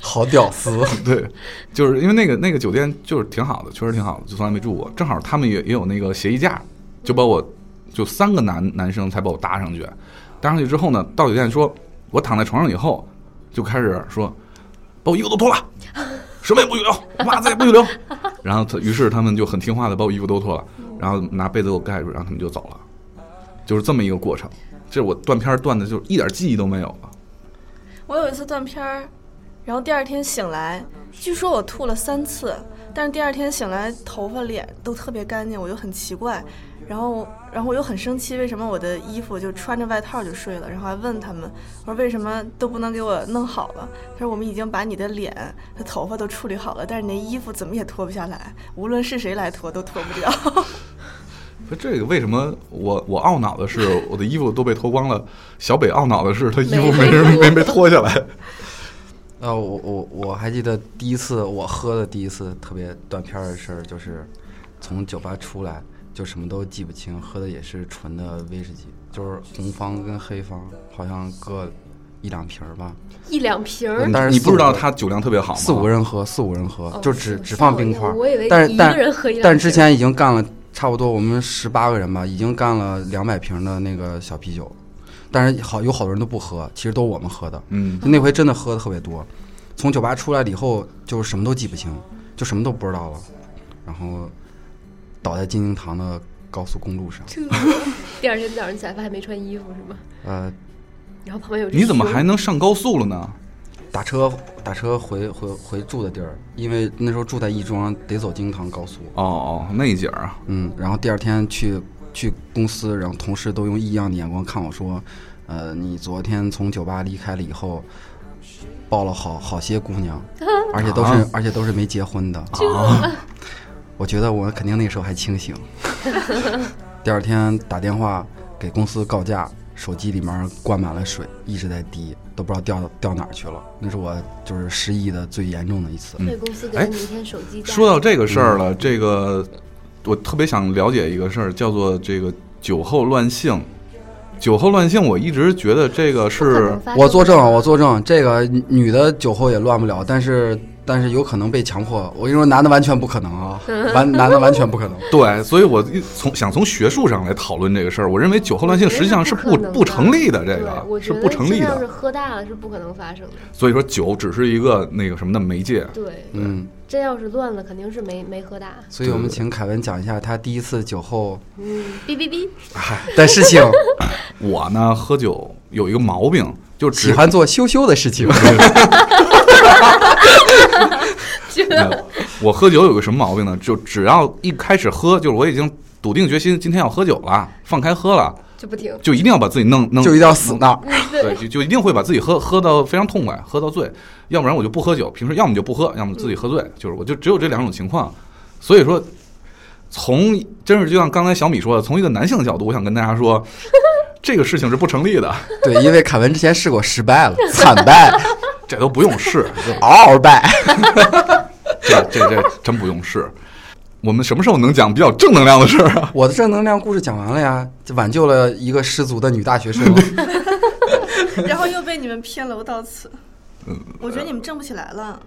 [SPEAKER 3] 好屌丝，
[SPEAKER 1] 对，就是因为那个那个酒店就是挺好的，确实挺好的，就从来没住过。正好他们也也有那个协议价，就把我就三个男男生才把我搭上去。搭上去之后呢，到酒店说，我躺在床上以后，就开始说，把我衣服都脱了，什么也不许留，袜子也不许留。然后他于是他们就很听话的把我衣服都脱了，然后拿被子给我盖住，然后他们就走了。就是这么一个过程，这我断片儿断的就一点记忆都没有了。
[SPEAKER 2] 我有一次断片儿，然后第二天醒来，据说我吐了三次，但是第二天醒来头发脸都特别干净，我就很奇怪，然后然后我又很生气，为什么我的衣服就穿着外套就睡了？然后还问他们，我说为什么都不能给我弄好了？他说我们已经把你的脸和头发都处理好了，但是你那衣服怎么也脱不下来，无论是谁来脱都脱不掉。
[SPEAKER 1] 不是这个为什么我我懊恼的是我的衣服都被脱光了，小北懊恼的是他衣服没人没没脱下来。
[SPEAKER 3] 啊，我我我还记得第一次我喝的第一次特别断片儿的事儿，就是从酒吧出来就什么都记不清，喝的也是纯的威士忌，就是红方跟黑方，好像各一两瓶儿吧，
[SPEAKER 4] 一两瓶儿
[SPEAKER 1] 你
[SPEAKER 3] 但是
[SPEAKER 1] 你不知道
[SPEAKER 3] 四五
[SPEAKER 1] 他酒量特别好吗？
[SPEAKER 3] 四五人喝，四五人喝，
[SPEAKER 4] 哦
[SPEAKER 3] 就只只放冰块儿。
[SPEAKER 4] 我以为
[SPEAKER 3] 但是
[SPEAKER 4] 一
[SPEAKER 3] 但
[SPEAKER 4] 个人喝一两瓶
[SPEAKER 3] 但之前已经干了差不多我们十八个人吧，已经干了两百瓶的那个小啤酒，但是好有好多人都不喝，其实都我们喝的。
[SPEAKER 1] 嗯，
[SPEAKER 3] 就那回真的喝的特别多，从酒吧出来了以后，就什么都记不清，就什么都不知道了，然后倒在金陵堂的高速公路上。
[SPEAKER 4] 第二天早上起来发现没穿衣服是吗？
[SPEAKER 3] 呃，
[SPEAKER 4] 然后旁边有只
[SPEAKER 1] 你怎么
[SPEAKER 4] 熊
[SPEAKER 1] 还能上高速了呢？
[SPEAKER 3] 打车打车回回回住的地儿，因为那时候住在亦庄，得走金陵堂高速。
[SPEAKER 4] 嗯
[SPEAKER 1] 哦哦，那景儿啊，
[SPEAKER 3] 嗯，然后第二天去去公司，然后同事都用异样的眼光看我说，呃，你昨天从酒吧离开了以后，抱了好好些姑娘，而且都是、
[SPEAKER 1] 啊
[SPEAKER 3] 而且都是没结婚的。 我觉得我肯定那时候还清醒。第二天打电话给公司告假，手机里面灌满了水，一直在滴，都不知道掉掉哪儿去了。那是我就是失忆的最严重的一次。
[SPEAKER 4] 被公司给
[SPEAKER 1] 哎
[SPEAKER 4] 了你一天手机假
[SPEAKER 1] 说到这个事儿
[SPEAKER 4] 嗯
[SPEAKER 1] 了，这个我特别想了解一个事儿，叫做这个酒后乱性。酒后乱性，我一直觉得这个
[SPEAKER 4] 不可
[SPEAKER 1] 是
[SPEAKER 4] 能发
[SPEAKER 3] 我
[SPEAKER 4] 生
[SPEAKER 3] 作证，
[SPEAKER 1] 啊
[SPEAKER 3] 我作证，这个女的酒后也乱不了，但是但是有可能被强迫。我跟你说，男的完全不可能 啊，完男的完全不可能。
[SPEAKER 1] 对，所以我一从想从学术上来讨论这个事儿。我认为酒后乱性实际上是不
[SPEAKER 4] 我觉得是
[SPEAKER 1] 不
[SPEAKER 4] 不可能
[SPEAKER 1] 成
[SPEAKER 4] 的
[SPEAKER 1] 立的，这
[SPEAKER 4] 对
[SPEAKER 1] 个
[SPEAKER 4] 我
[SPEAKER 1] 是
[SPEAKER 4] 觉得
[SPEAKER 1] 不成立
[SPEAKER 4] 真要
[SPEAKER 1] 的
[SPEAKER 4] 是。喝大了是不可能发生的。
[SPEAKER 1] 所以说酒只是一个那个什么的媒介。
[SPEAKER 4] 对，
[SPEAKER 3] 嗯，
[SPEAKER 4] 真要是乱了，肯定是没没喝大。
[SPEAKER 3] 所以我们请凯文讲一下他第一次酒后
[SPEAKER 4] 嗯，哔哔哔，
[SPEAKER 3] 的事 情，
[SPEAKER 1] 我呢喝酒有一个毛病，就只
[SPEAKER 3] 喜欢做羞羞的事情。
[SPEAKER 1] 哎我喝酒有个什么毛病呢？就只要一开始喝，就是我已经笃定决心今天要喝酒了，放开喝了，
[SPEAKER 4] 就不停。
[SPEAKER 1] 就一定要把自己弄弄，
[SPEAKER 3] 就一定要死那儿，
[SPEAKER 1] 对，就就一定会把自己喝喝到非常痛快，喝到醉，要不然我就不喝酒。平时要么就不喝，要么自己喝
[SPEAKER 4] 嗯
[SPEAKER 1] 醉，就是我就只有这两种情况。所以说，从真是就像刚才小米说的，从一个男性的角度，我想跟大家 说，这个事情是不成立的，
[SPEAKER 3] 对，因为凯文之前试过，失败了，惨败，
[SPEAKER 1] 这都不用 试，就
[SPEAKER 3] 嗷嗷败。
[SPEAKER 1] 这这这真不用试。我们什么时候能讲比较正能量的事儿啊？
[SPEAKER 3] 我的正能量故事讲完了呀，就挽救了一个失足的女大学生。
[SPEAKER 2] 然后又被你们偏楼到此。我觉得你们挣不起来了，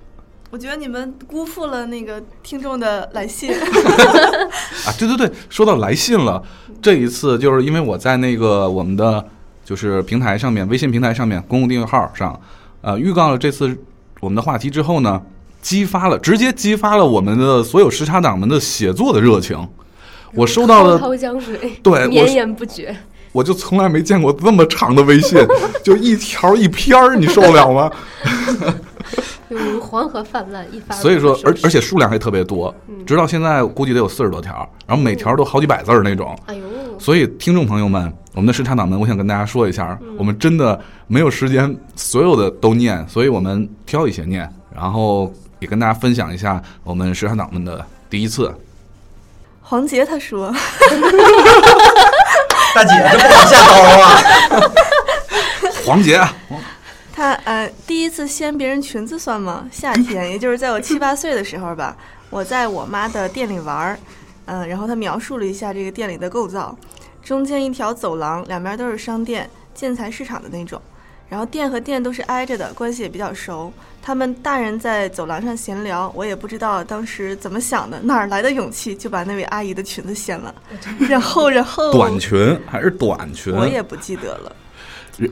[SPEAKER 2] 我觉得你们辜负了那个听众的来信。
[SPEAKER 1] 啊，对对对，说到来信了，这一次就是因为我在那个我们的就是平台上面，微信平台上面公共订阅号上，呃，预告了这次我们的话题之后呢，激发了直接激发了我们的所有时差党们的写作的热情。我收到
[SPEAKER 4] 滔
[SPEAKER 1] 的
[SPEAKER 4] 滔江水，
[SPEAKER 1] 对我
[SPEAKER 4] 绵
[SPEAKER 1] 是
[SPEAKER 4] 延不绝。
[SPEAKER 1] 我就从来没见过这么长的微信，就一条一篇儿，你受得了吗？
[SPEAKER 4] 就如黄河泛滥一发。
[SPEAKER 1] 所以说，而而且
[SPEAKER 4] 且，
[SPEAKER 1] 数量还特别多，直到现在估计得有四十多条，然后每条都好几百字儿那种。
[SPEAKER 4] 哎呦，
[SPEAKER 1] 所以，听众朋友们，我们的时差党们，我想跟大家说一下，我们真的没有时间所有的都念，所以我们挑一些念，然后也跟大家分享一下我们时差党们的第一次。
[SPEAKER 2] 黄杰他说，
[SPEAKER 3] 大姐这不好下刀啊！
[SPEAKER 1] 黄杰啊，
[SPEAKER 2] 他呃第一次掀别人裙子算吗？夏天，也就是在我七八岁的时候吧，我在我妈的店里玩儿，嗯、然后他描述了一下这个店里的构造，中间一条走廊，两边都是商店、建材市场的那种，然后店和店都是挨着的，关系也比较熟。他们大人在走廊上闲聊，我也不知道当时怎么想的，哪儿来的勇气就把那位阿姨的裙子掀了，然后然后
[SPEAKER 1] 短裙还是短裙，
[SPEAKER 2] 我也不记得了，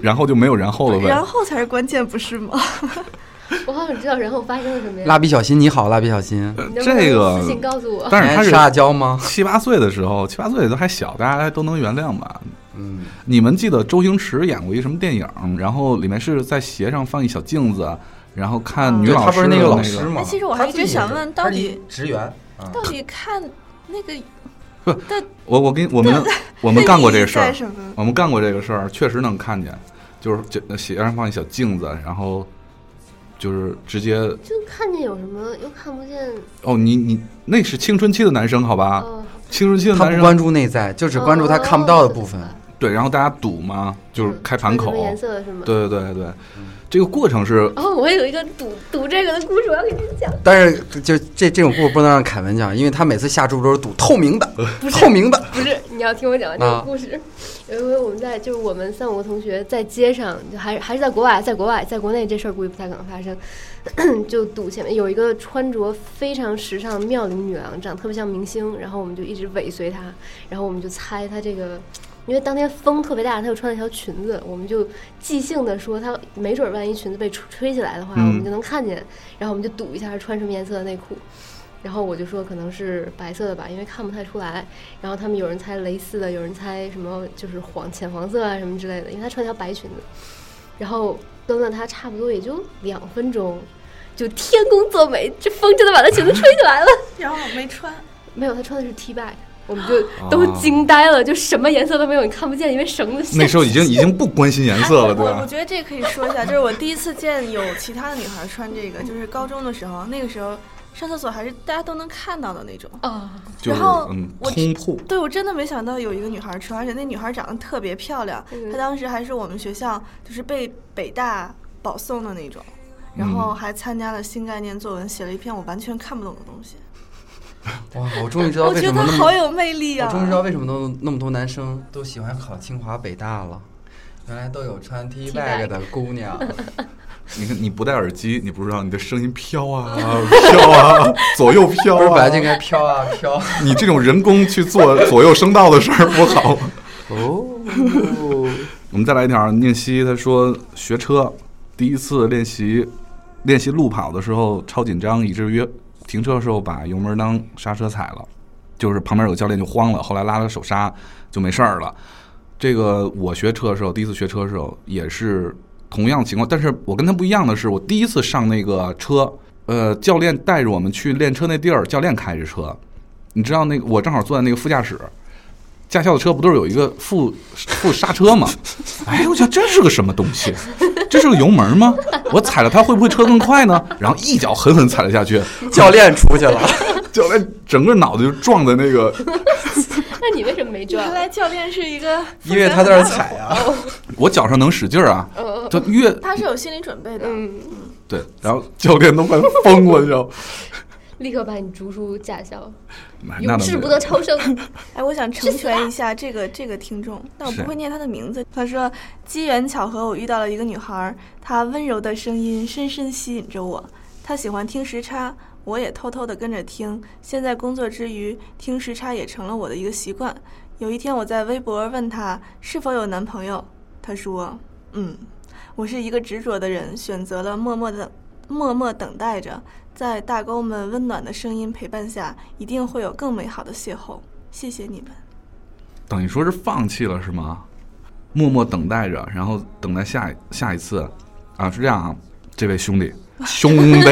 [SPEAKER 1] 然后就没有然后了呗。
[SPEAKER 2] 然后才是关键，不是吗？
[SPEAKER 4] 我好想知道然后发生了什么呀？
[SPEAKER 3] 蜡笔小新你好，蜡笔小新，
[SPEAKER 1] 呃
[SPEAKER 4] 你能不能
[SPEAKER 1] 这个
[SPEAKER 4] 私信告诉我，
[SPEAKER 1] 但是他
[SPEAKER 3] 还
[SPEAKER 1] 是
[SPEAKER 3] 吃辣椒吗？
[SPEAKER 1] 七八岁的时候，七八岁都还小，大家都能原谅吧。
[SPEAKER 3] 嗯，
[SPEAKER 1] 你们记得周星驰演过一什么电影？然后里面是在鞋上放一小镜子，然后看女
[SPEAKER 3] 啊对
[SPEAKER 1] 老
[SPEAKER 3] 他不
[SPEAKER 1] 师
[SPEAKER 3] 是
[SPEAKER 1] 的
[SPEAKER 3] 那
[SPEAKER 1] 那
[SPEAKER 3] 个老师吗
[SPEAKER 2] 哎？其实我还一直想问到底
[SPEAKER 3] 他是一职员啊
[SPEAKER 2] 到底看那个
[SPEAKER 1] 我我跟我们 我们干过这个事
[SPEAKER 2] 意义在
[SPEAKER 1] 儿，
[SPEAKER 2] 什么？
[SPEAKER 1] 我们干过这个事儿，确实能看见，就是这鞋上放一小镜子，然后就是直接
[SPEAKER 4] 就看见有什么又看不见
[SPEAKER 1] 哦，你你那是青春期的男生好吧？
[SPEAKER 2] 嗯
[SPEAKER 4] 哦，
[SPEAKER 1] 青春期的
[SPEAKER 3] 他
[SPEAKER 1] 男
[SPEAKER 3] 不
[SPEAKER 1] 生
[SPEAKER 3] 关注内在，就只关注他看不到的部
[SPEAKER 2] 哦
[SPEAKER 3] 分。
[SPEAKER 1] 对，然后大家赌嘛，就是开盘口
[SPEAKER 2] 嗯
[SPEAKER 4] 什，么颜色是吗？。
[SPEAKER 1] 对对对对，这个过程是
[SPEAKER 4] 哦，我有一个赌赌这个的故事，我要给你讲。
[SPEAKER 3] 但是就这这种故事不能让凯文讲，因为他每次下注都是赌透明的，透明的。
[SPEAKER 4] 不是，你要听我讲完这个
[SPEAKER 3] 啊
[SPEAKER 4] 故事。有一回我们在就是我们三五个同学在街上，就还是还是在国外，在国外，在国内这事儿估计不太可能发生。 就堵前面有一个穿着非常时尚的妙龄女郎，长得特别像明星，然后我们就一直尾随她，然后我们就猜她这个。因为当天风特别大，她又穿了一条裙子，我们就即兴的说，她没准儿万一裙子被吹吹起来的话，
[SPEAKER 1] 嗯
[SPEAKER 4] 我们就能看见，然后我们就赌一下她穿什么颜色的内裤，然后我就说可能是白色的吧，因为看不太出来。然后他们有人猜蕾丝的，有人猜什么就是黄浅黄色啊什么之类的，因为她穿条白裙子。然后跟了她差不多也就两分钟，就天公作美，这风真的把她裙子吹起来了。
[SPEAKER 2] 然后我没穿，
[SPEAKER 4] 没有，她穿的是 T back，我们就都惊呆了，就什么颜色都没有，你看不见，因为 绳子
[SPEAKER 1] 那时候已经已经不关心颜色了，对
[SPEAKER 2] 我我
[SPEAKER 1] 吧？
[SPEAKER 2] 觉得这可以说一下，就是我第一次见有其他的女孩穿这个，就是高中的时候，那个时候上厕所还是大家都能看到的那种。
[SPEAKER 4] 啊，
[SPEAKER 1] 就是
[SPEAKER 2] 然后
[SPEAKER 1] 嗯，
[SPEAKER 2] 我
[SPEAKER 1] 通铺
[SPEAKER 2] 对，我真的没想到有一个女孩穿，而且那女孩长得特别漂亮，
[SPEAKER 4] 嗯
[SPEAKER 2] 她当时还是我们学校就是被北大保送的那种，然
[SPEAKER 3] 嗯
[SPEAKER 2] 后还参加了新概念作文，写了一篇我完全看不懂的东西。
[SPEAKER 3] 哇，我终于知道
[SPEAKER 2] 我
[SPEAKER 3] 为
[SPEAKER 2] 觉得
[SPEAKER 3] 什么
[SPEAKER 2] 她
[SPEAKER 3] 那
[SPEAKER 2] 好
[SPEAKER 3] 么，
[SPEAKER 2] 有魅力
[SPEAKER 3] 我
[SPEAKER 2] 啊！
[SPEAKER 3] 终于知道为什么都那么多男生都喜欢考清华北大了，原来都有穿 T bag 的姑 娘。
[SPEAKER 1] 你看，你不戴耳机，你不知道你的声音飘 啊飘啊，左右飘
[SPEAKER 3] 不是本来
[SPEAKER 1] 啊
[SPEAKER 3] 就。应该飘啊飘。
[SPEAKER 1] 你这种人工去做左右声道的事儿不好。
[SPEAKER 3] 哦，
[SPEAKER 1] 我们再来一条，念希他说学车第一次练习练习路跑的时候超紧张，以至于停车的时候把油门当刹车踩了，就是旁边有个教练就慌了，后来拉了手刹就没事儿了。这个我学车的时候，第一次学车的时候也是同样情况，但是我跟他不一样的是，我第一次上那个车，呃，教练带着我们去练车那地儿，教练开着车，你知道那个我正好坐在那个副驾驶，驾校的车不都是有一个副副刹车吗？哎，我想这是个什么东西？这是个油门吗？我踩了它会不会车更快呢？然后一脚狠狠踩了下去，
[SPEAKER 3] 教练出去了，
[SPEAKER 1] 教练整个脑袋就撞在那个，
[SPEAKER 4] 那你为什么没撞
[SPEAKER 2] 原？来教练是一个，
[SPEAKER 3] 因为他在那儿踩啊。
[SPEAKER 1] 我脚上能使劲儿啊，
[SPEAKER 4] 嗯
[SPEAKER 1] 就越
[SPEAKER 2] 她是有心理准备的。
[SPEAKER 4] 嗯，
[SPEAKER 1] 对，然后教练都快疯了，你知道吗？
[SPEAKER 4] 立刻把你逐出驾校，
[SPEAKER 1] 那
[SPEAKER 4] 永
[SPEAKER 1] 倒没
[SPEAKER 4] 世
[SPEAKER 1] 有
[SPEAKER 4] 不得超生。
[SPEAKER 2] 哎，我想成全一下这个这个听众，但我
[SPEAKER 1] 是
[SPEAKER 2] 不会念他的名字。他说：“机缘巧合，我遇到了一个女孩儿，她温柔的声音深深吸引着我。她喜欢听时差，我也偷偷的跟着听。现在工作之余，听时差也成了我的一个习惯。有一天，我在微博问她是否有男朋友，她说：嗯，我是一个执着的人，选择了默默的默默等待着。”在大沟们温暖的声音陪伴下，一定会有更美好的邂逅。谢谢你们。
[SPEAKER 1] 等于说是放弃了是吗？默默等待着，然后等待下一下一次，啊，是这样啊，这位兄弟，兄弟，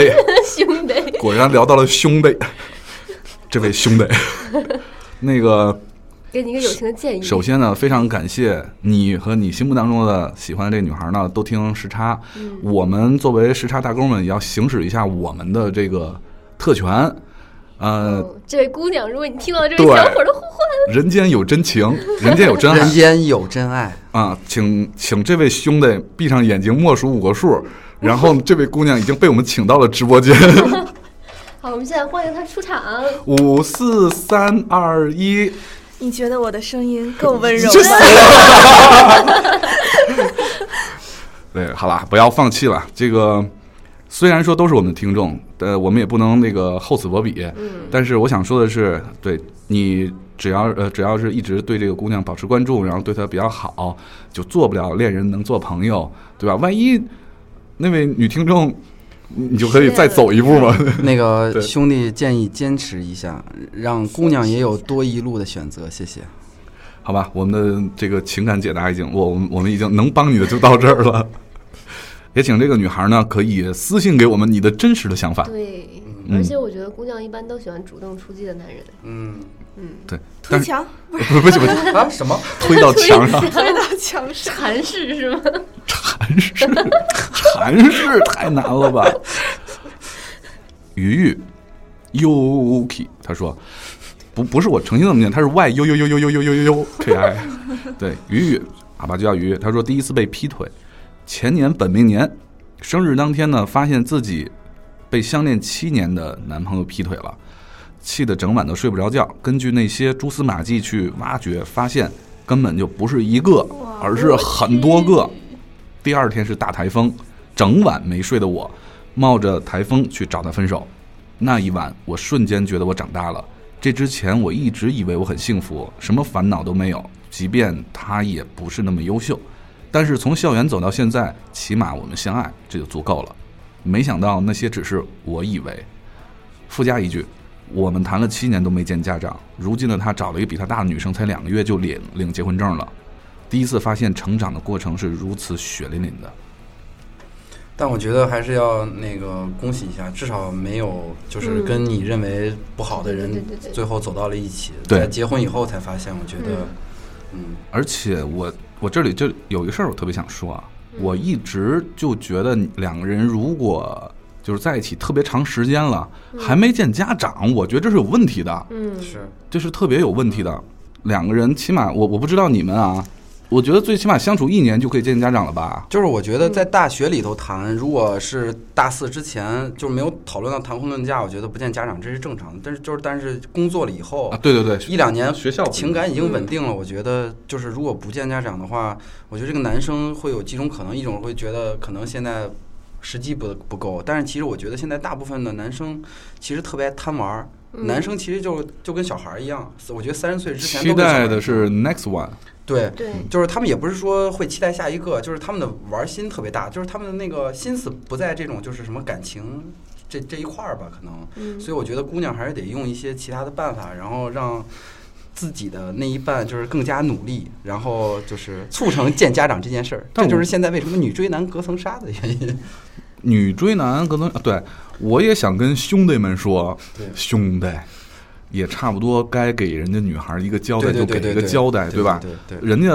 [SPEAKER 4] 兄弟，
[SPEAKER 1] 果然聊到了兄 弟，这位兄弟，那个
[SPEAKER 4] 给你一个友情的建议。
[SPEAKER 1] 首先呢，非常感谢你和你心目当中的喜欢的这女孩呢，都听时差。
[SPEAKER 3] 嗯
[SPEAKER 1] 我们作为时差大哥们，也要行使一下我们的这个特权。呃，
[SPEAKER 3] 嗯
[SPEAKER 4] 哦，这位姑娘，如果你听到这位
[SPEAKER 1] 对
[SPEAKER 4] 小伙的呼唤，
[SPEAKER 1] 人间有真 情，人间有真爱
[SPEAKER 3] 人间有真爱，
[SPEAKER 1] 啊！请请这位兄弟闭上眼睛默数五个数。然后这位姑娘已经被我们请到了直播 间，
[SPEAKER 4] 好，我们现在欢迎她出场。
[SPEAKER 1] 五四三二一，
[SPEAKER 2] 你觉得我的声音更温柔
[SPEAKER 1] 这
[SPEAKER 2] 吗？
[SPEAKER 1] 对，好啦，不要放弃了。这个虽然说都是我们的听众，呃，我们也不能那个厚此薄彼。嗯，但是我想说的是，对你只要呃只要是一直对这个姑娘保持关注，然后对她比较好，就做不了恋人能做朋友，对吧？万一那位女听众，你你就可以再走一步嘛。
[SPEAKER 3] 那个
[SPEAKER 1] 对
[SPEAKER 3] 兄弟建议坚持一下，让姑娘也有多一路的选择。谢谢。
[SPEAKER 1] 好吧，我们的这个情感解答已经，我我们我们已经能帮你的就到这儿了。 也请这个女孩呢，可以私信给我们你的真实的想法。
[SPEAKER 4] 对，
[SPEAKER 1] 嗯
[SPEAKER 4] 而且我觉得姑娘一般都喜欢主动出击的男人。
[SPEAKER 3] 嗯
[SPEAKER 1] 对，
[SPEAKER 2] 推
[SPEAKER 1] 但是
[SPEAKER 2] 墙，
[SPEAKER 1] 不是不是不是
[SPEAKER 3] 啊，什么？
[SPEAKER 1] 推到墙 上，
[SPEAKER 2] 推到墙上。
[SPEAKER 4] 韩式是吗？
[SPEAKER 1] 韩式，韩式太难了吧？鱼鱼，Yuki，他说不不是我诚心这么念，他是 Y U U U U U U U U U K I，对，鱼鱼，阿爸就叫鱼鱼。他说第一次被劈腿，前年本命年生日当天呢，发现自己被相恋七年的男朋友劈腿了。气得整晚都睡不着觉。根据那些蛛丝马迹去挖掘，发现根本就不是一个，而是很多个。第二天是大台风，整晚没睡的我，冒着台风去找他分手。那一晚，我瞬间觉得我长大了。这之前我一直以为我很幸福，什么烦恼都没有，即便他也不是那么优秀。但是从校园走到现在，起码我们相爱，这就足够了。没想到那些只是我以为，附加一句，我们谈了七年都没见家长，如今的他找了一个比他大的女生，才两个月就领领结婚证了。第一次发现成长的过程是如此血淋淋的。
[SPEAKER 3] 但我觉得还是要那个恭喜一下，至少没有就是
[SPEAKER 4] 嗯
[SPEAKER 3] 跟你认为不好的
[SPEAKER 4] 对
[SPEAKER 3] 人
[SPEAKER 4] 对对对
[SPEAKER 3] 最后走到了一起。
[SPEAKER 1] 对
[SPEAKER 3] 在结婚以后才发现，我觉得，嗯，
[SPEAKER 1] 而且我我这里就有一个事儿，我特别想说啊，我一直就觉得你两个人如果就是在一起特别长时间了，还没见家长，我觉得这是有问题的，
[SPEAKER 4] 嗯，
[SPEAKER 3] 是
[SPEAKER 1] 这是特别有问题的。两个人起码我我不知道你们啊，我觉得最起码相处一年就可以见家长了吧？
[SPEAKER 3] 就是我觉得
[SPEAKER 4] 嗯
[SPEAKER 3] 在大学里头谈，如果是大四之前就没有讨论到谈婚论嫁，我觉得不见家长这是正常的。但是就是但是工作了以后
[SPEAKER 1] 啊，，对对对，
[SPEAKER 3] 一两年
[SPEAKER 1] 学校不嗯
[SPEAKER 3] 情感已经稳定了，我觉得就是如果不见家长的话，我觉得这个男生会有几种可能，一种会觉得可能现在时机不不够，但是其实我觉得现在大部分的男生其实特别爱贪玩儿。男生其实就就跟小孩儿一样，我觉得三十岁之前
[SPEAKER 1] 期
[SPEAKER 3] 都跟小孩
[SPEAKER 1] 待
[SPEAKER 3] 儿
[SPEAKER 1] 的
[SPEAKER 3] 一样
[SPEAKER 1] 是 next one，
[SPEAKER 3] 对，
[SPEAKER 4] 对，
[SPEAKER 3] 就是他们也不是说会期待下一个，就是他们的玩心特别大，就是他们的那个心思不在这种就是什么感情这这一块儿吧，可能。
[SPEAKER 4] 嗯，
[SPEAKER 3] 所以我觉得姑娘还是得用一些其他的办法，然后让自己的那一半就是更加努力，然后就是促成见家长这件事儿。
[SPEAKER 1] 但我
[SPEAKER 3] 这就是现在为什么女追男隔层纱的原因。
[SPEAKER 1] 女追男可能啊对我也想跟兄弟们说
[SPEAKER 3] 对，
[SPEAKER 1] 兄弟也差不多该给人家女孩一个交代，
[SPEAKER 3] 对对
[SPEAKER 1] 就
[SPEAKER 3] 对
[SPEAKER 1] 给
[SPEAKER 3] 对
[SPEAKER 1] 一个
[SPEAKER 3] 对
[SPEAKER 1] 交代，
[SPEAKER 3] 对
[SPEAKER 1] 吧？
[SPEAKER 3] 对对对
[SPEAKER 1] 人家